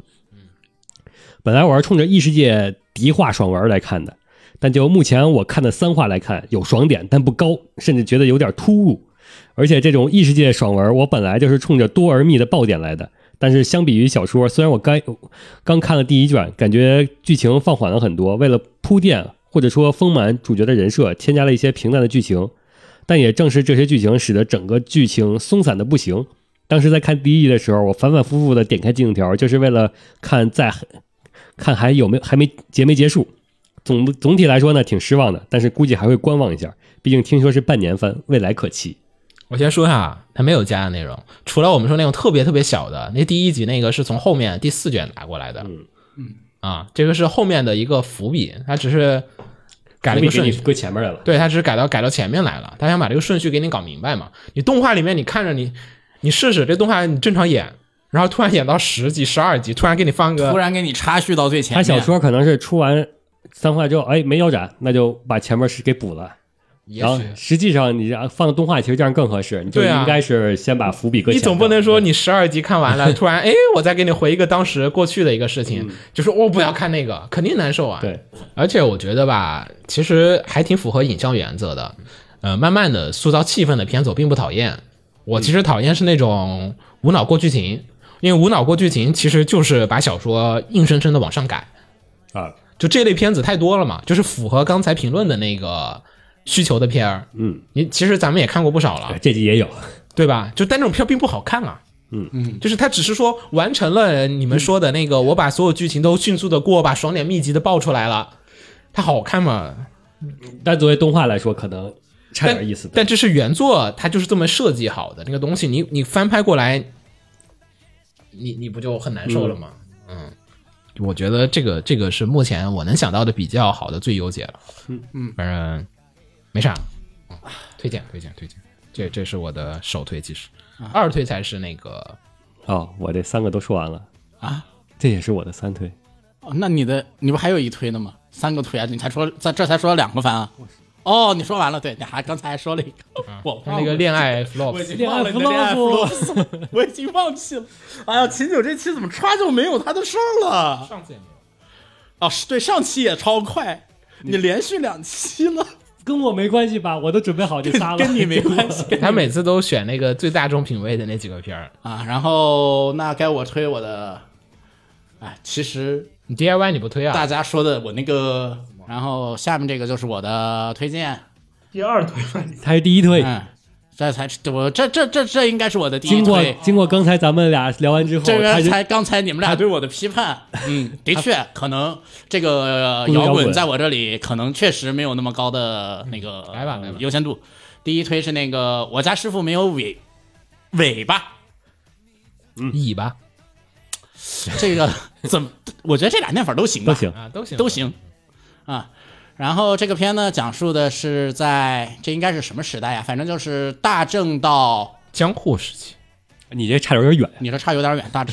本来我是冲着异世界迪化爽文来看的，但就目前我看的三话来看，有爽点，但不高，甚至觉得有点突兀。而且这种异世界爽文，我本来就是冲着多而密的爆点来的。但是相比于小说，虽然我刚刚看了第一卷，感觉剧情放缓了很多，为了铺垫或者说丰满主角的人设，添加了一些平淡的剧情。但也正是这些剧情，使得整个剧情松散的不行。当时在看第一集的时候，我反反复复的点开进度条，就是为了看在看还有没有还没结没结束。总总体来说呢，挺失望的，但是估计还会观望一下，毕竟听说是半年番，未来可期。我先说哈，它没有加的内容，除了我们说那种特别特别小的，那第一集那个是从后面第四卷拿过来的，嗯啊，这个是后面的一个伏笔，它只是改了一笔个给顺你序，搁前面来了，对，它只是改到改到前面来了，他想把这个顺序给你搞明白嘛。你动画里面你看着你，你试试这动画你正常演，然后突然演到十集、十二集，突然给你放个突然给你插叙到最前他面，小说可能是出完三话之后，哎，没腰斩，那就把前面是给补了。也然后许实际上你让放动画，其实这样更合适，你就对啊应该是先把伏笔搁前面。你总不能说你十二集看完 了，突然哎，我再给你回一个当时过去的一个事情，就说我不要看那个，肯定难受啊。嗯对，而且我觉得吧，其实还挺符合影像原则的。呃，慢慢的塑造气氛的片子我并不讨厌，我其实讨厌是那种无脑过剧情，因为无脑过剧情其实就是把小说硬生生的往上改。啊，就这类片子太多了嘛，就是符合刚才评论的那个需求的片儿。嗯，你其实咱们也看过不少了，啊这集也有，对吧？就但那种片并不好看啊。嗯嗯，就是他只是说完成了你们说的那个，我把所有剧情都迅速的过，把爽点秘籍的爆出来了，它好看吗？但作为动画来说，可能差但点意思。但这是原作，它就是这么设计好的那个东西，你你翻拍过来，你你不就很难受了吗？嗯，我觉得这个这个是目前我能想到的比较好的最优解了。嗯嗯，反正没啥，嗯推荐推荐推荐，这这是我的首推，其实二推才是那个。哦，我这三个都说完了啊，这也是我的三推。哦那你的你不还有一推呢吗？三个推啊，你才说在这才说了两个番啊。哦，你说完了，对，你还刚才还说了一个， 我他那个恋爱 flop，我已经忘了你的恋爱 flop，我已经忘记了。哎呀，秦九这期怎么刷就没有他的事儿了？上次也没有。哦，是对，上期也超快，你连续两期了， 跟我没关系吧？我都准备好这仨了，跟你没关系。他每次都选那个最大众品味的那几个片儿。啊，然后那该我推我的，哎，其实你 DIY 你不推大啊？家说的我那个，然后下面这个就是我的推荐，第二推，他是第一推，嗯，这才是我这这这这应该是我的第一经过推。经过刚才咱们俩聊完之后，这他个就才刚才你们俩对我的批判，嗯，的确，可能这个呃不如摇摇滚滚在我这里可能确实没有那么高的那个来吧来吧优先度。第一推是那个我家师傅没有尾尾巴，尾巴这个怎么？我觉得这俩念法都行吧，都行。啊，都行都行啊。然后这个片呢，讲述的是在这应该是什么时代呀？反正就是大正到江户时期，你这差点有点远，你这差有点远，大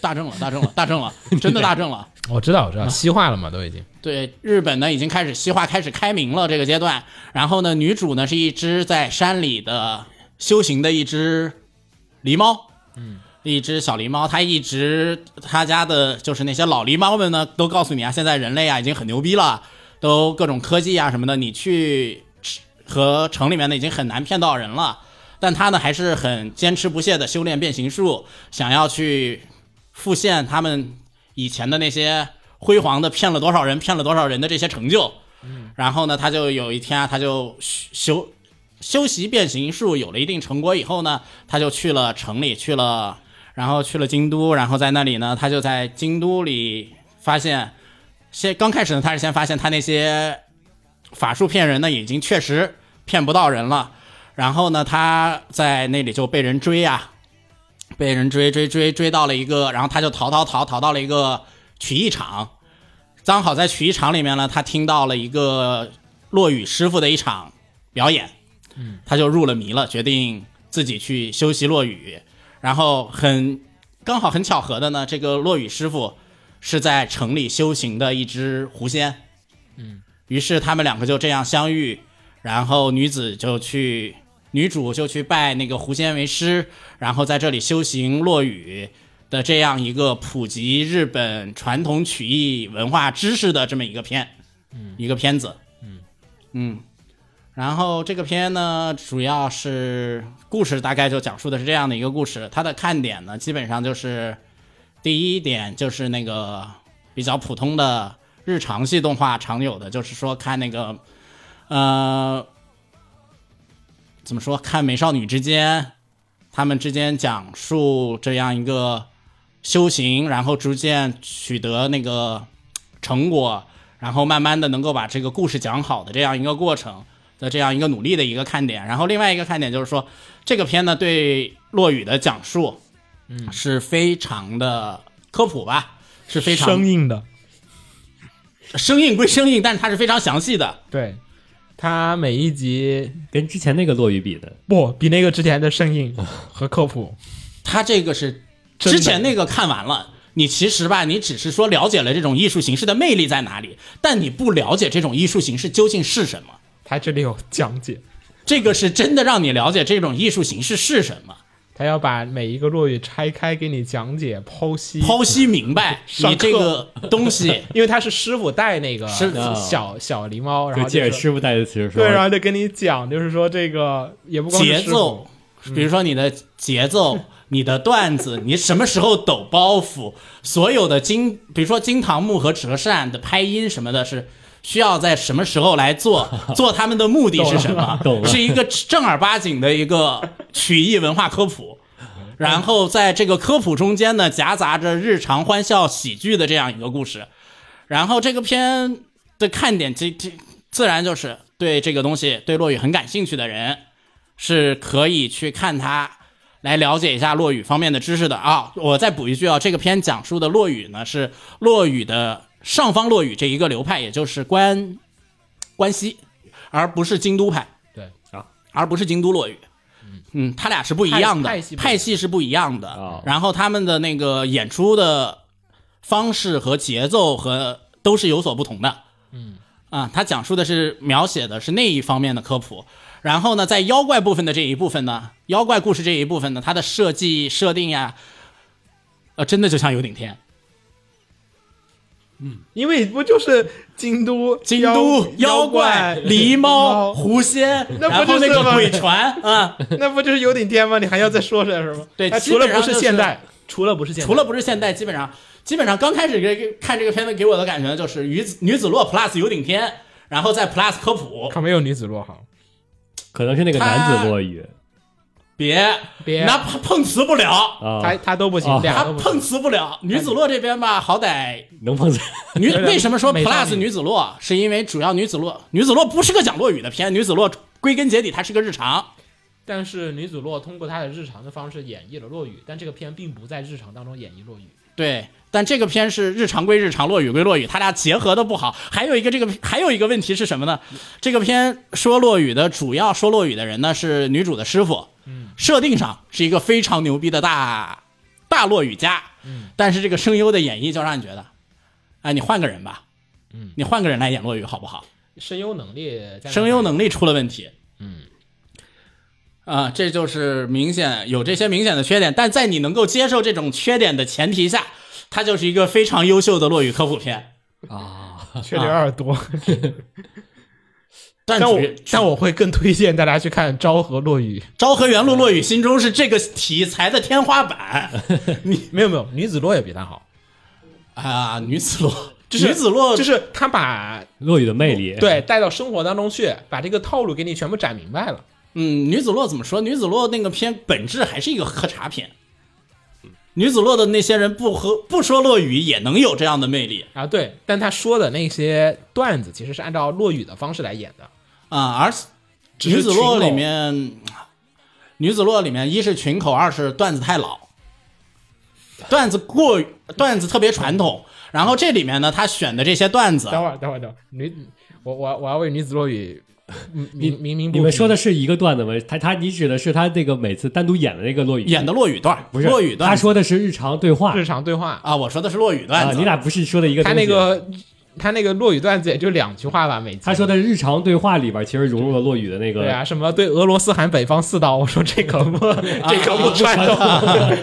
大正了，大正了，大正了，真的大正了。我哦知道我知道，西化了嘛，都已经对，日本呢已经开始西化，开始开明了这个阶段。然后呢，女主呢是一只在山里的修行的一只狸猫，嗯，一只小狸猫。它一直她家的就是那些老狸猫们呢，都告诉你啊，现在人类啊已经很牛逼了，都各种科技啊什么的，你去和城里面的已经很难骗到人了。但她呢还是很坚持不懈的修炼变形术，想要去复现他们以前的那些辉煌的骗了多少人、骗了多少人的这些成就。然后呢，他就有一天啊，他就修修习变形术有了一定成果以后呢，他就去了城里，去了，然后去了京都，然后在那里呢，他就在京都里发现，先刚开始呢，他是先发现他那些法术骗人呢，已经确实骗不到人了。然后呢，他在那里就被人追啊，被人追追追追到了一个，然后他就逃逃逃逃到了一个曲艺场，刚好在曲艺场里面呢，他听到了一个落雨师傅的一场表演，嗯，他就入了迷了，决定自己去修习落雨，然后很刚好很巧合的呢，这个落雨师傅是在城里修行的一只狐仙，嗯，于是他们两个就这样相遇，然后女子就去，女主就去拜那个狐仙为师，然后在这里修行落雨的这样一个普及日本传统曲艺文化知识的这么一个片，一个片子，嗯嗯，然后这个片呢，主要是故事大概就讲述的是这样的一个故事，它的看点呢，基本上就是第一点就是那个比较普通的日常系动画常有的，就是说看那个呃，怎么说？看美少女之间，他们之间讲述这样一个修行，然后逐渐取得那个成果，然后慢慢的能够把这个故事讲好的这样一个过程的这样一个努力的一个看点。然后另外一个看点就是说，这个片呢对落雨的讲述，嗯，是非常的科普吧，是非常生硬的，生硬归生硬，但是它是非常详细的。对。他每一集跟之前那个落雨比的，不比那个之前的生硬哦和科普，他这个是真的之前那个看完了，你其实吧，你只是说了解了这种艺术形式的魅力在哪里，但你不了解这种艺术形式究竟是什么。他这里有讲解，这个是真的让你了解这种艺术形式是什么，他要把每一个落语拆开给你讲解剖析，剖析明白上你这课个东西因为他是师傅带那个师啊小小狸猫，然就后借着说师傅带的词说对，，然后就跟你讲，就是说这个也不光是节师奏傅，，嗯比如说你的节 奏、你的段子、你什么时候抖包袱，所有的金，比如说金堂木和折扇的拍音什么的，是。需要在什么时候来 做？做他们的目的是什么懂了懂？了是一个正儿八经的一个曲艺文化科普，嗯然后在这个科普中间呢，夹杂着日常欢笑喜剧的这样一个故事。然后这个片的看点，这这自然就是对这个东西对落雨很感兴趣的人，是可以去看它，来了解一下落雨方面的知识的啊。我再补一句啊，这个片讲述的落雨呢是落雨的上方落雨这一个流派，也就是关关西，而不是京都派。对啊，而不是京都落雨。嗯，他俩是不一样的派派系不一样派系是不一样的。哦然后他们的那个演出的方式和节奏和都是有所不同的。嗯，啊，他讲述的是描写的是那一方面的科普。然后呢，在妖怪部分的这一部分呢，妖怪故事这一部分呢，它的设计设定呀，呃，真的就像有顶天。因为不就是京都京都妖妖怪、狸猫、狐仙，那不然后就是那个吗鬼船啊， 那不就是有顶天吗？你还要再说哎说是吗？对它基除了本不上就是现代，除了不是现代，除了不是现代，基本上基本上刚开始给看这个片子给我的感觉就是女子女子洛 plus 有顶天，然后再 plus 科普，可没有女子落行，可能是那个男子落雨，别别那碰碰瓷不了，啊，他他都不行啊，俩他都不行碰瓷不了。女子洛这边吧，好歹能碰 瓷，女为什么说美少女 plus 女子洛，是因为主要女子洛，女子洛不是个讲落雨的片，女子洛归根结底它是个日常，但是女子洛通过她的日常的方式演绎了落雨，但这个片并不在日常当中演绎落雨。对。但这个片是日常归日常，落雨归落雨，它俩结合的不好。还有一个这个还有一个问题是什么呢？这个片说落雨的主要说落雨的人呢是女主的师傅，设定上是一个非常牛逼的大大落雨家，但是这个声优的演绎就让你觉得，哎，你换个人吧，你换个人来演落雨好不好？声优能力在哪，声优能力出了问题。嗯，啊，这就是明显有这些明显的缺点，但在你能够接受这种缺点的前提下，它就是一个非常优秀的落雨科普片。 确实有点多，但啊 但属我于 但我会更推荐大家去看《昭和落雨》。昭和元路落雨心中是这个题材的天花板没有没有，女子洛也比他好，啊！女子洛，就是女子洛，就是他把 落雨的魅力，，对带到生活当中去，把这个套路给你全部展明白了。嗯，女子洛怎么说？女子洛那个片本质还是一个喝茶片。女子洛的那些人不喝不说落雨也能有这样的魅力，啊，对，但他说的那些段子其实是按照落雨的方式来演的。啊、而只是女子洛群里口面，女子洛里面一是群口，二是段子太老，段子过于段子特别传统。然后这里面呢，他选的这些段子，等会儿，等会儿，等会儿，女，我我我要为女子落雨明明明不你们说的的是一个段子吗？他他你指的是他这个每次单独演的那个落雨演的落雨段儿，不是落雨他段子说的是日常对话日常对话，啊，我说的是落雨段啊，子。你俩不是说的一个他东那西个他那个落雨段子也就两句话吧，每次他说的日常对话里边其实融入了落雨的那个对啊，什么对俄罗斯喊北方四刀，我说这个不这个不传统，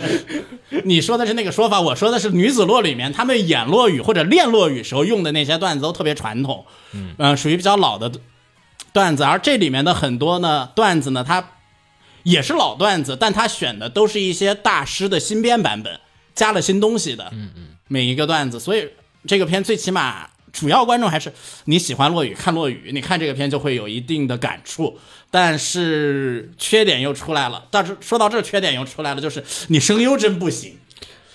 你说的是那个说法，我说的是女子落里面他们演落雨或者练落雨时候用的那些段子都特别传统，嗯、属于比较老的段子。而这里面的很多呢段子呢，它也是老段子，但它选的都是一些大师的新编版本，加了新东西的，嗯嗯，每一个段子。所以这个片最起码主要观众还是你喜欢落雨，看落雨，你看这个片就会有一定的感触。但是缺点又出来了，但是说到这儿缺点又出来了，就是你声优真不行。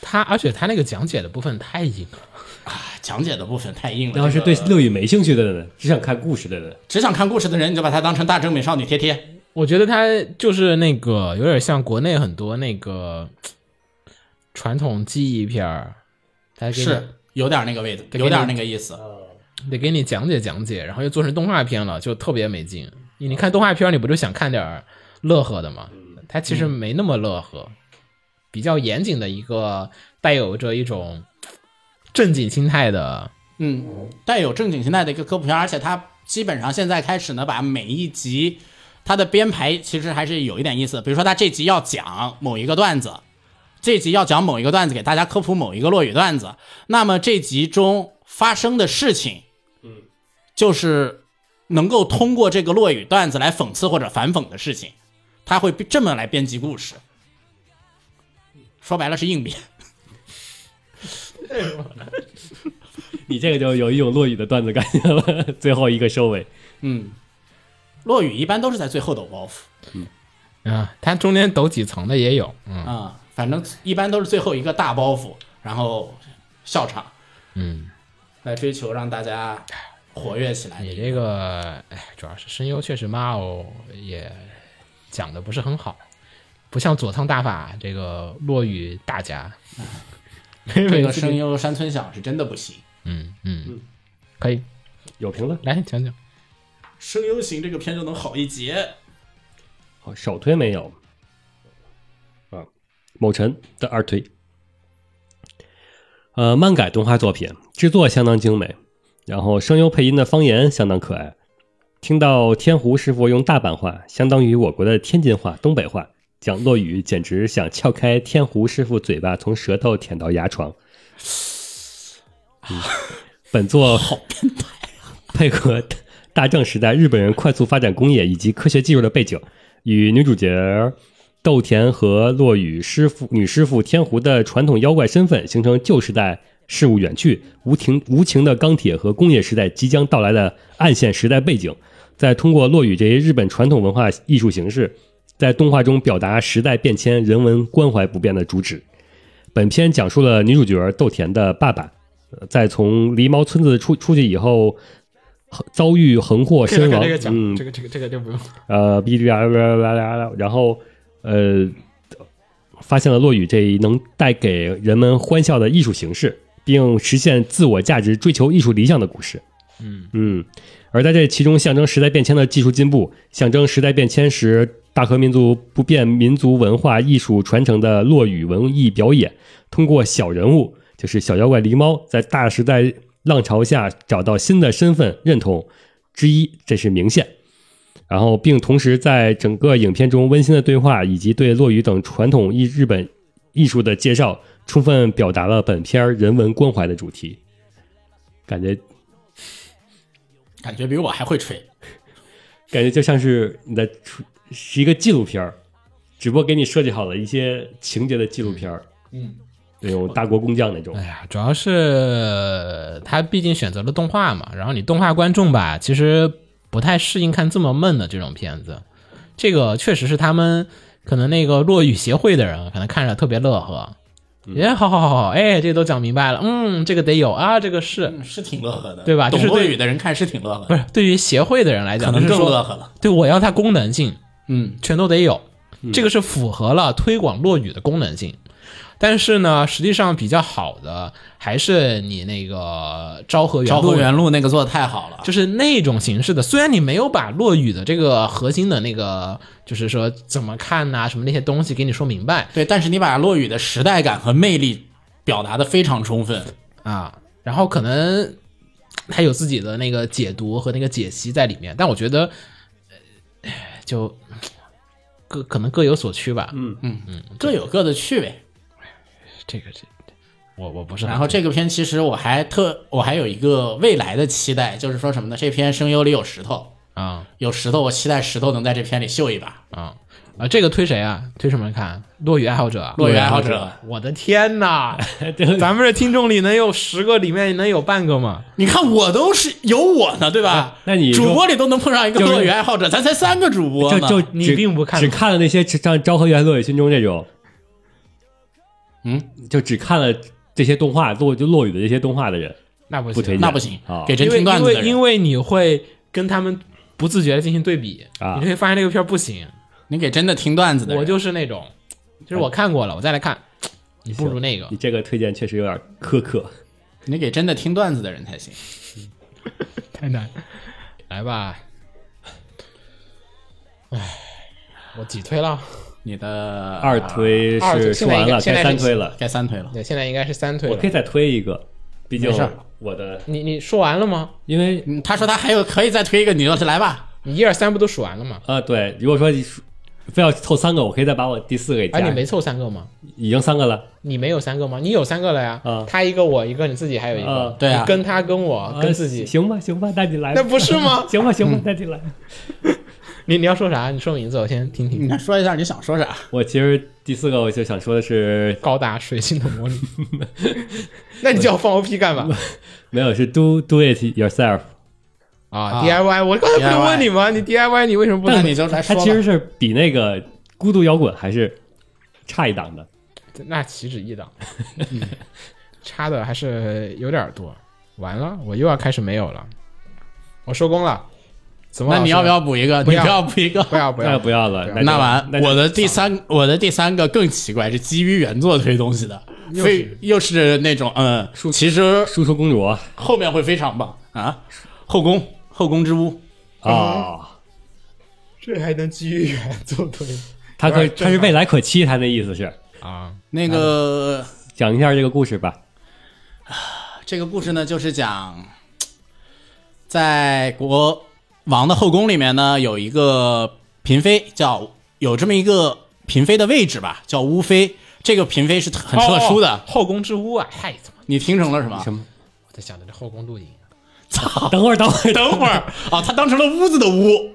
他而且他那个讲解的部分太硬了，讲解的部分太硬了。那要是对落雨没兴趣的人，只想看故事的人，只想看故事的人，你就把它当成大正美少女贴贴。我觉得他就是那个有点像国内很多那个传统技艺片儿，他给你是有点那个味道，给你有点那个意思。得给你讲解讲解，然后又做成动画片了，就特别没劲。你你看动画片儿，你不就想看点儿乐呵的吗？嗯它其实没那么乐呵，比较严谨的一个带有着一种正经心态的。嗯，带有正经心态的一个科普片，而且它基本上现在开始呢，把每一集它的编排其实还是有一点意思。比如说，它这集要讲某一个段子，这集要讲某一个段子，给大家科普某一个落语段子。那么这集中发生的事情，嗯，就是能够通过这个落语段子来讽刺或者反讽的事情，他会这么来编辑故事。说白了是硬编。你这个就有一种落雨的段子感觉了。 最后一个收尾，嗯，落雨一般都是在最后抖包袱。啊，它中间抖几层的也有，嗯，啊、反正一般都是最后一个大包袱，然后笑场，嗯，来追求让大家活跃起来。你这个，哎，主要是声优确实嘛哦，也讲的不是很好，不像佐仓大法这个落雨大家，啊 这这个声优山村响是真的不行，嗯嗯，可以有评论，来讲讲。声优型这个片就能好一截。好，首推没有啊，某晨的二推。呃，漫改动画作品制作相当精美，然后声优配音的方言相当可爱。听到天湖师傅用大阪话，相当于我国的天津话、东北话讲落语，简直想撬开天湖师傅嘴巴，从舌头舔到牙床。嗯、嗯本作配合大正时代日本人快速发展工业以及科学技术的背景，与女主角豆田和落雨师傅女师傅天狐的传统妖怪身份，形成旧时代事物远去、无情无情的钢铁和工业时代即将到来的暗线时代背景。再通过落雨这些日本传统文化艺术形式，在动画中表达时代变迁、人文关怀不变的主旨。本片讲述了女主角豆田的爸爸，呃在从狸猫村子出出去以后，遭遇横祸这个身跟亡。这个讲嗯，这个这个这个就不用。呃，哔哩哔哩啦啦啦啦，然后呃，发现了落雨这一能带给人们欢笑的艺术形式，并实现自我价值、追求艺术理想的故事。嗯嗯，而在这其中，象征时代变迁的技术进步，象征时代变迁时大和民族不变民族文化艺术传承的落雨文艺表演，通过小人物，就是小妖怪狸猫，在大时代浪潮下找到新的身份认同之一，这是明线。然后并同时在整个影片中温馨的对话以及对落雨等传统艺日本艺术的介绍，充分表达了本片儿人文关怀的主题。感觉感觉比我还会吹。感觉就像是你在出是一个纪录片儿，只不过给你设计好了一些情节的纪录片儿，嗯，那种大国工匠那种哎，呀，主要是他毕竟选择了动画嘛，然后你动画观众吧，其实不太适应看这么闷的这种片子。这个确实是他们可能那个落雨协会的人，可能看着特别乐呵。嗯哎，好好好好，哎，这都讲明白了，嗯，这个得有啊，这个是是挺乐呵的，对吧懂就是落对语的人看是挺乐呵不的，是对于协会的人来 讲，可能就是更说乐呵了。对，我要它功能性，嗯，全都得有。这个是符合了推广落雨的功能性，但是呢，实际上比较好的还是你那个昭和原昭路和，原路那个做的太好了，就是那种形式的。虽然你没有把落雨的这个核心的那个，就是说怎么看呐、什么那些东西给你说明白对，但是你把落雨的时代感和魅力表达的非常充分，啊，然后可能他有自己的那个解读和那个解析在里面，但我觉得，呃就各可能各有所趋吧。嗯，各有各的趣味。这个这我我不是很然后这个片其实我还特我还有一个未来的期待，就是说什么呢？这片声优里有石头，啊有石头，我期待石头能在这片里秀一把。啊啊！这个推谁啊？推什么人看？落雨爱好者啊。落雨爱好者，我的 天哪！咱们这听众里能有十个，里面能有半个吗？你看我都是有我呢，对吧？那你说主播里都能碰上一个就是落雨爱好者，咱才三个主播就呢。就你只并不看只看了那些像《昭和元落雨心中》这种，嗯，就只看了这些动画落就落雨的这些动画的人，那不行，不推荐那不行啊，给真因为听段因子的为人，因为你会跟他们不自觉的进行对比，啊你就会发现这个片儿不行。你给真的听段子的人，我就是那啊种，就是我看过了，我再来看，你不如那个你。这个推荐确实有点苛刻。你给真的听段子的人才行。太难。来吧，哎，我几推了？你的二推啊二推是说完了，现在该应该三推了，该三推了，对，现在应该是三推我了可以。再推一个，毕竟没事儿我的你你说完了吗？因为嗯，他说他还有可以再推一个，你就来吧。你一二三不都数完了吗？啊，对，如果说你非要凑三个，我可以再把我第四个给加哎，你上。没凑三个吗？已经三个了，你没有三个吗？你有三个了呀。啊他一个，我一个，你自己还有一个啊。对啊你跟他跟我啊跟自己，嗯行吧，行吧，那你来吧那，不是吗 ？行吧，行吧，那你来。你你要说啥？你说名字，我先听听。你说一下你想说啥？我其实第四个我就想说的是，高达水星的 魔女。那你叫我放 OP 干嘛？没有是 do do it yourself，啊，DIY，我刚才不是 DIY 问你吗？你 DIY 你为什么不那能？你就来它说吧其。实是比那个孤独摇滚还是差一档的。那岂止 一档，嗯差的还是有点多。完了，我又要开始没有了，我收工了。怎么？那你要不要？补一个？不你要不要补一个。不要不那要不！要了，就那完，就我的第三，我的第三个更奇怪，是基于原作推东西的，又是非又是那种嗯，其实输出公主啊后面会非常棒啊，后宫后宫之屋，嗯啊，这还能基于原作推它有可点它是未来可期，它那意思是啊？那个讲一下这个故事吧。这个故事呢，就是讲，在国王的后宫里面呢，有一个嫔妃叫有这么一个嫔妃的位置吧，叫乌妃。这个嫔妃是很特殊的，哦后宫之屋啊！嗨，怎么你听成了什么？什么？我在想着这后宫露营？操！等会儿，等会儿，哦等会儿啊，她当成了屋子的屋，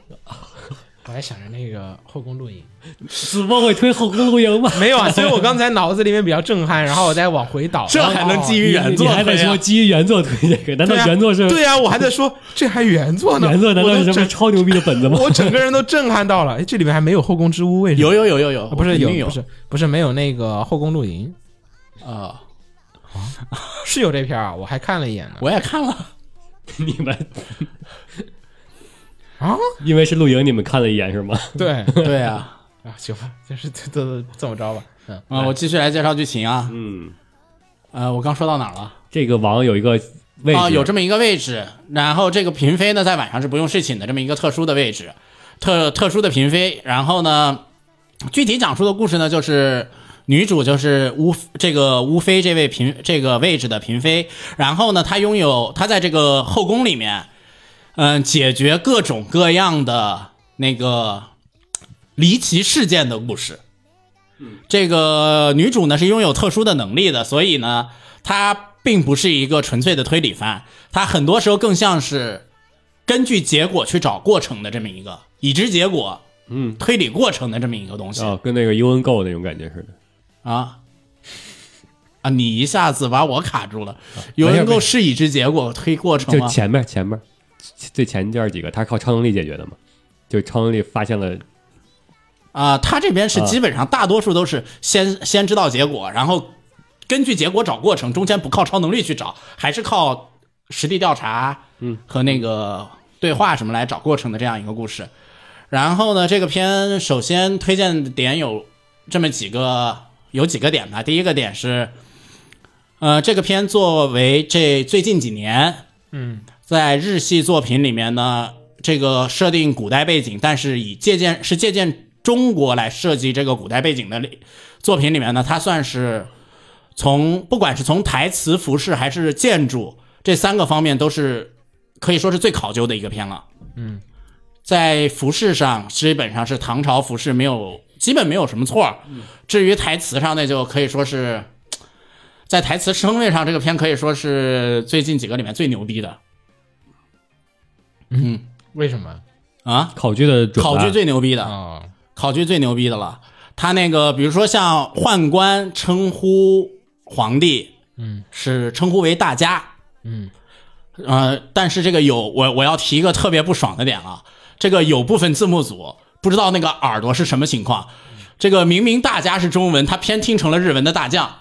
还想着那个后宫露营，子墨会推后宫露营吗？没有啊，所以 我刚才脑子里面比较震撼，然后我再往回倒，这还能基于原作你还在推啊说基于原作推这个？难道对啊原作是对啊，我还在说这还原作呢，原作难道我是都什么整超牛逼的本子吗？我整个人都震撼到了，哎，这里面还没有后宫之屋，为什么？有有有有有，啊不是肯定有，不是不是没有那个后宫露营，啊，是有这片儿啊，我还看了一眼呢。我也看 了， 你们啊，因为是露营，你们看了一眼是吗？对对啊，啊，行吧，就是 这都这么着吧。嗯，啊，我继续来介绍剧情啊，嗯，呃，我刚说到哪儿了？这个王有一个位置，啊，有这么一个位置。然后这个嫔妃呢，在晚上是不用侍寝的这么一个特殊的位置，特特殊的嫔妃。然后呢，具体讲述的故事呢，就是女主就是乌这个乌妃这位嫔这个位置的嫔妃。然后呢，她拥有她在这个后宫里面，嗯，解决各种各样的那个离奇事件的故事。嗯这个女主呢是拥有特殊的能力的，所以呢，她并不是一个纯粹的推理番，她很多时候更像是根据结果去找过程的这么一个已知结果，嗯，推理过程的这么一个东西、啊，跟那个 U N Go 那种感觉似的。哦啊。啊！你一下子把我卡住了，有啊没事能没够事是已知结果推过程就吗？前面前面最前边几个，他是靠超能力解决的嘛？就超能力发现了，啊，他这边是啊基本上大多数都是先先知道结果，然后根据结果找过程，中间不靠超能力去找，还是靠实地调查，嗯，和那个对话什么来找过程的这样一个故事。然后呢，这个片首先推荐的点有这么几个，有几个点吧。第一个点是，呃，这个片作为这最近几年在日系作品里面呢，这个设定古代背景，但是以借鉴是借鉴中国来设计这个古代背景的里作品里面呢，它算是从不管是从台词、服饰还是建筑这三个方面，都是可以说是最考究的一个片了。嗯，在服饰上基本上是唐朝服饰没有基本没有什么错儿，至于台词上那就可以说是。在台词声位上，这个片可以说是最近几个里面最牛逼的。为什么啊，嗯考据的准吧考据最牛逼的，啊？考据最牛逼的了。他那个，比如说像宦官称呼皇帝，嗯，是称呼为大家，嗯，呃，但是这个有我我要提一个特别不爽的点了，这个有部分字幕组不知道那个耳朵是什么情况，这个明明大家是中文，他偏听成了日文的大将。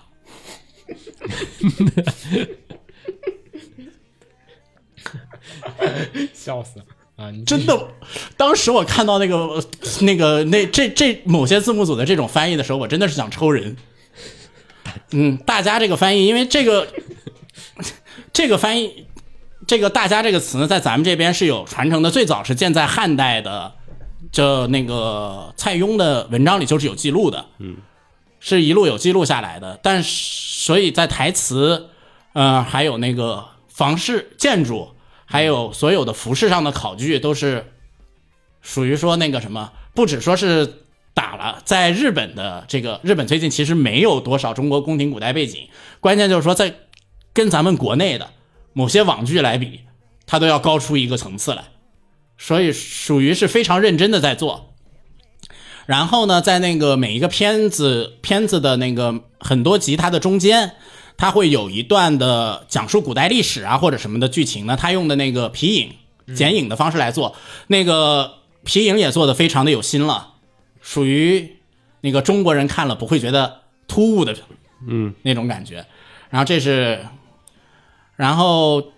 笑死了啊！你真的，当时我看到那个、那个、那这这某些字幕组的这种翻译的时候，我真的是想抽人。嗯，大家这个翻译，因为这个这个翻译，这个“大家”这个词呢，在咱们这边是有传承的，最早是建在汉代的，这那个蔡邕的文章里就是有记录的，嗯，是一路有记录下来的。但是，所以在台词，呃，还有那个房饰、建筑，还有所有的服饰上的考据，都是属于说那个什么，不只说是打了，在日本的这个日本最近其实没有多少中国宫廷古代背景，关键就是说在跟咱们国内的某些网剧来比，它都要高出一个层次来，所以属于是非常认真的在做。然后呢，在那个每一个片子片子的那个很多集它的中间，它会有一段的讲述古代历史啊或者什么的剧情呢，它用的那个皮影剪影的方式来做，那个皮影也做的非常的有心了，属于那个中国人看了不会觉得突兀的，嗯，那种感觉。然后这是，然后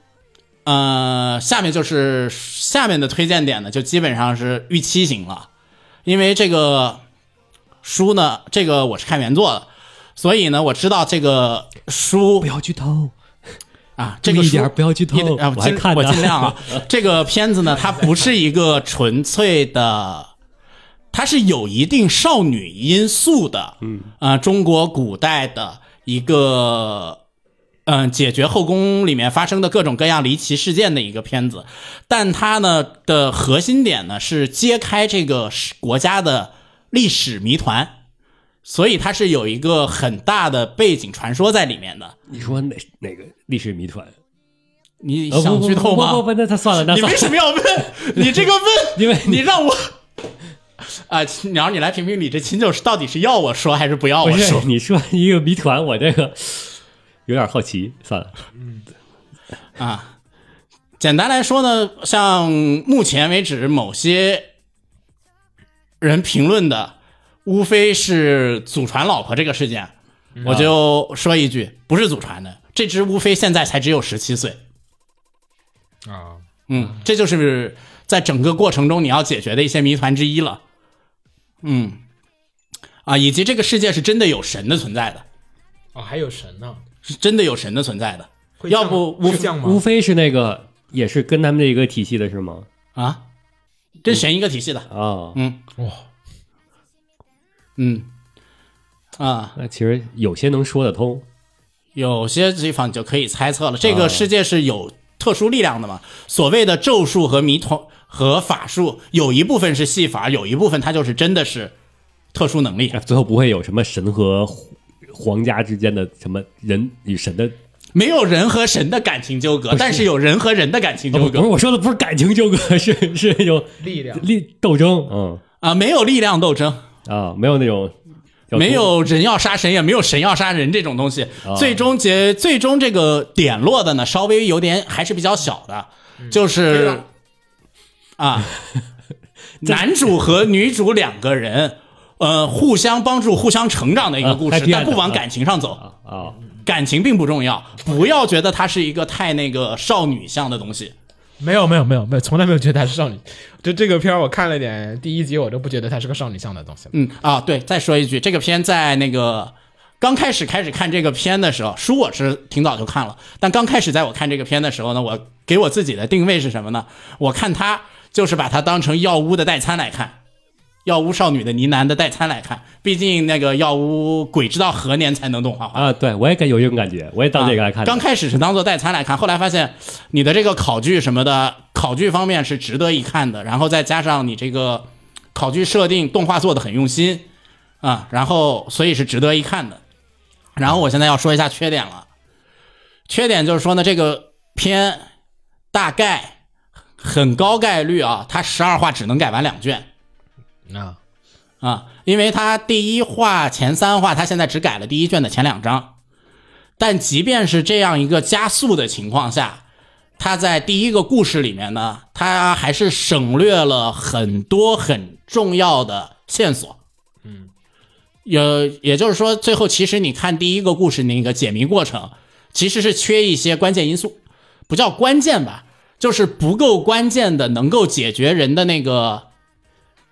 呃，下面就是下面的推荐点呢，就基本上是预期型了。因为这个书呢，这个我是看原作的，所以呢，我知道这个书不要剧透，啊，这个注意书一点不要剧透一定啊我还尽看呢我尽量 啊。这个片子呢，它不是一个纯粹的，它是有一定少女因素的，嗯啊，中国古代的一个。嗯，解决后宫里面发生的各种各样离奇事件的一个片子，但它呢的核心点呢是揭开这个是国家的历史谜团，所以它是有一个很大的背景传说在里面的。你说哪哪个历史谜团？你呃想不剧透吗？不不不，那他算了，那你算为了， 什么要问？你这个问，因为你让我 啊、然后你来评评理，这秦九是到底是要我说还是不要不我说是？你说一个谜团，我这个有点好奇，算了，简单来说呢，像目前为止某些人评论的，无非是祖传老婆这个事件。我就说一句，不是祖传的，这只无非现在才只有十七岁。啊，嗯，这就是在整个过程中你要解决的一些谜团之一了。嗯，啊，以及这个世界是真的有神的存在的，哦，还有神呢，是真的有神的存在的。会要降不会无降无吗？非是那个也是跟他们这一个体系的是吗？啊，跟神一个体系的。啊，哇、嗯，啊，那其实有些能说得通，有些地方你就可以猜测了。这个世界是有特殊力量的嘛？所谓的咒术和谜团和法术，有一部分是戏法，有一部分它就是真的是特殊能力那。最后不会有什么神和皇家之间的什么人与神的没有人和神的感情纠葛，但是有人和人的感情哦纠不不是葛我说的不是感情纠葛，是是那种力量力斗争，嗯啊，没有力量斗争。啊，没有那种要没有人要杀神，也没有神要杀人这种东西。呃啊最终结，最终这个点落的呢，稍微有点还是比较小的，嗯就是啊， 男主和女主两个人，呃，互相帮助、互相成长的一个故啊事， ，happy 但不 end，往啊感情上走。啊感情并不重要，不要觉得它是一个太那个少女向的东西。没有没有没有没有，从来没有觉得她是少女。就这个片儿，我看了点第一集，我都不觉得她是个少女向的东西了。嗯啊，对，再说一句，这个片在那个刚开始开始看这个片的时候，书我是挺早就看了，但刚开始在我看这个片的时候呢，我给我自己的定位是什么呢？我看它就是把它当成药屋的代餐来看，药屋少女的呢喃的代餐来看，毕竟那个药屋鬼知道何年才能动画化。啊，对我也感有这种感觉，我也当这个来看的，啊刚开始是当做代餐来看，后来发现你的这个考据什么的，考据方面是值得一看的，然后再加上你这个考据设定，动画做的很用心啊，然后所以是值得一看的。然后我现在要说一下缺点了，缺点就是说呢，这个片大概很高概率啊，它十二话只能改完两卷啊，啊，因为它第一话前三话，它现在只改了第一卷的前两章。但即便是这样一个加速的情况下，他在第一个故事里面呢，他还是省略了很多很重要的线索。嗯，也也就是说，最后其实你看第一个故事那个解谜过程，其实是缺一些关键因素，不叫关键吧，就是不够关键的能够解决人的那个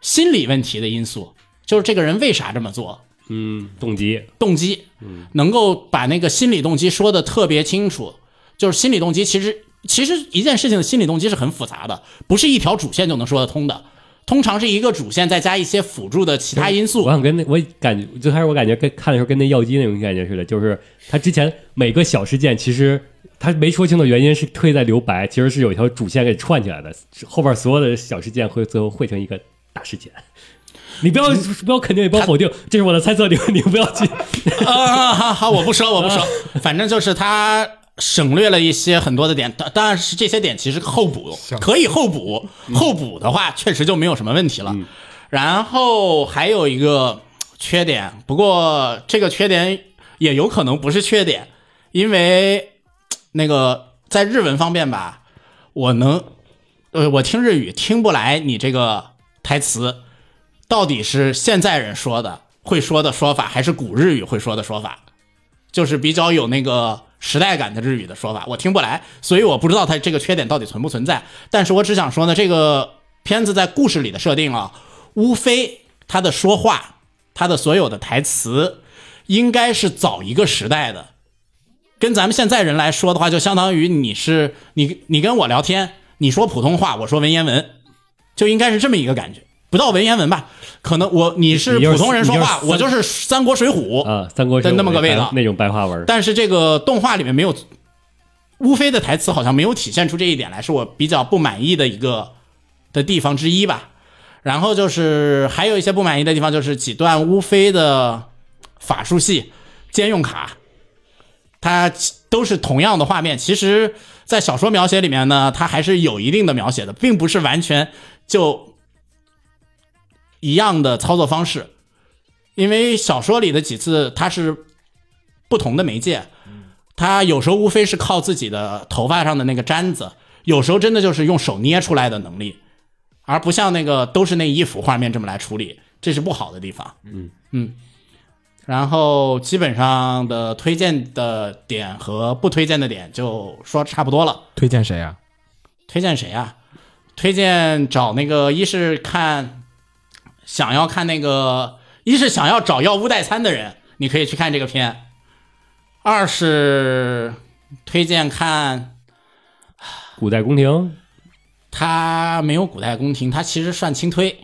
心理问题的因素，就是这个人为啥这么做。嗯，动机动机，能够把那个心理动机说的特别清楚。就是心理动机，其实其实一件事情的心理动机是很复杂的，不是一条主线就能说得通的。通常是一个主线再加一些辅助的其他因素我。想跟那我感觉最开始我感觉跟看的时候跟那药剂那种感觉似的，就是他之前每个小事件其实他没说清的原因是特意在留白，其实是有一条主线给串起来的，后边所有的小事件会最后汇成一个大事件。 你不要不要肯定，也不要否定，这是我的猜测，你你不要 去。啊，好好，我不说，我不说，反正就是他省略了一些很多的点，当当然是这些点其实后补，可以后补，后补的话确实就没有什么问题了。然后还有一个缺点，不过这个缺点也有可能不是缺点，因为那个在日文方面吧，我能，呃，我听日语听不来你这个台词到底是现在人说的会说的说法，还是古日语会说的说法，就是比较有那个时代感的日语的说法，我听不来，所以我不知道它这个缺点到底存不存在。但是我只想说呢，这个片子在故事里的设定啊，无非他的说话，他的所有的台词，应该是早一个时代的，跟咱们现在人来说的话，就相当于你是你你跟我聊天，你说普通话，我说文言文，就应该是这么一个感觉。不到文言文吧，可能我你是你就是普通人说话，你我就就是是三国水浒啊，三国是就那么个我的味道那种白话文儿。但是这个动画里面没有，乌飞的台词好像没有体现出这一点来，是我比较不满意的一个的地方之一吧。然后就是还有一些不满意的地方，就是几段乌飞的法术系兼用卡，它其都是同样的画面。其实，在小说描写里面呢，它还是有一定的描写的，并不是完全就一样的操作方式，因为小说里的几次他是不同的媒介，他有时候无非是靠自己的头发上的那个簪子，有时候真的就是用手捏出来的能力，而不像那个都是那一幅画面这么来处理，这是不好的地方。嗯嗯。然后基本上的推荐的点和不推荐的点就说差不多了。推荐谁啊？推荐谁啊？推荐找那个，一是看想要看那个，一是想要找药物代餐的人，你可以去看这个片；二是推荐看古代宫廷它没有古代宫廷，它其实算轻推，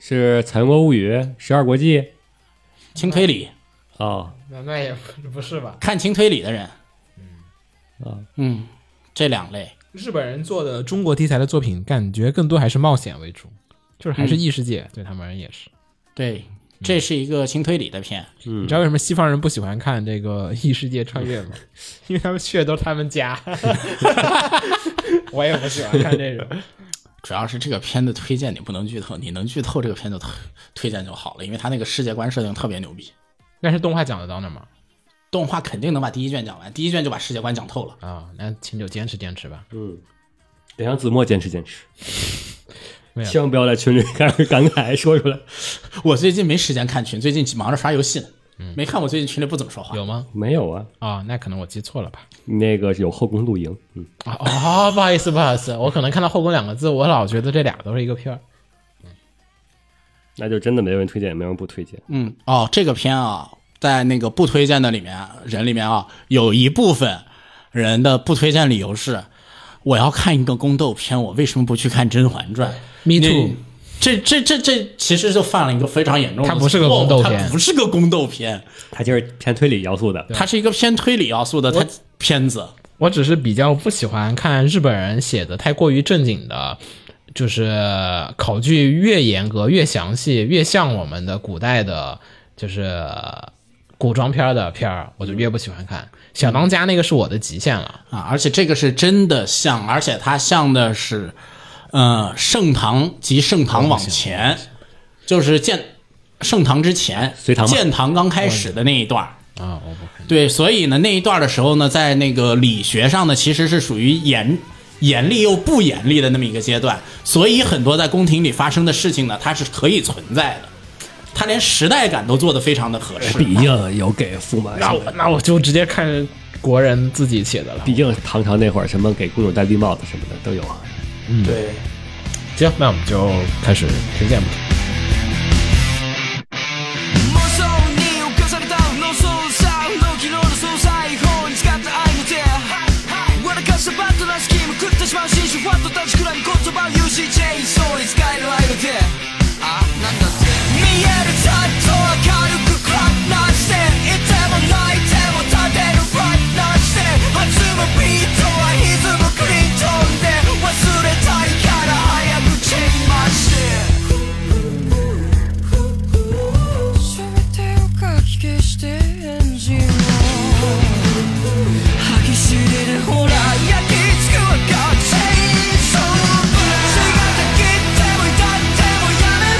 是《残国物语》《十二国记》轻推理，啊，那那也不不是吧？看轻推理的人，啊嗯，这两类，日本人做的中国题材的作品，感觉更多还是冒险为主，就是还是异世界，对他们而言也是。对，这是一个轻推理的片，你知道为什么西方人不喜欢看这个异世界穿 越吗？因为他们去的都是他们 家。我也不喜欢看这种。 主要是这个片子推荐你不能剧透，你能剧透这个片子推推荐就好了，因为它那个世界观设定特别牛逼。但是动画讲得到那儿吗？动画肯定能把第一卷讲完，第一卷就把世界观讲透了。啊、那请就坚持坚持吧。得让子墨坚持坚持没。有千万不要在群里开始感慨说出来，我最近没时间看群，最近忙着刷游戏呢，没看我最近群里不怎么说话。有吗？没有啊？啊、那可能我记错了吧。那个有后宫露营，嗯，啊哦，不好意思，不好意思，我可能看到“后宫”两个字，我老觉得这俩都是一个片儿。那就真的没人推荐，也没人不推荐。嗯，哦，这个片啊，在那个不推荐的里面人里面啊，有一部分人的不推荐理由是，我要看一个宫斗片，我为什么不去看《甄嬛传》 Me 那 too，这这这这其实就犯了一个非常严重的错误，它不是个宫斗片它不是个宫斗片，它就是偏推理要素的，它是一个偏推理要素的它片子。我只是比较不喜欢看日本人写的太过于正经的，就是考据越严格、越详细、越像我们的古代的，就是古装片儿的片儿，我就越不喜欢看。小当家那个是我的极限了。啊，而且这个是真的像，而且它像的是，呃，盛唐及盛唐哦往前，就是建盛唐之前，隋唐吧建唐刚开始的那一段儿。啊，我不看。对，所以呢，那一段儿的时候呢，在那个理学上呢，其实是属于严严厉又不严厉的那么一个阶段，所以很多在宫廷里发生的事情呢，它是可以存在的，它连时代感都做得非常的合适。毕竟有给驸马，那我那我就直接看国人自己写的了。毕竟唐朝那会儿什么给公主戴绿帽子什么的都有啊。行，那我们就开始推荐吧。妄想に侵された不能操作不能機能の総裁法に使った愛の手笑かしたバッドなスキーム食ってしまう新種ファットたちくらい言葉を UCJ そうに使える愛の手あなんだって見えるざっと明るくクラッなしていても泣いても立てるファッなして弾むビートは歪むクリントンで忘れたいから早くチェンマして全てをかき消してエンジンを激しいでほら焼きつくわガチンソーブ違って切っても痛い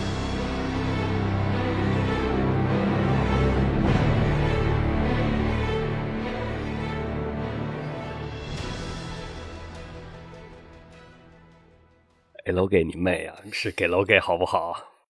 哎给楼给你妹啊！是给楼给好不好？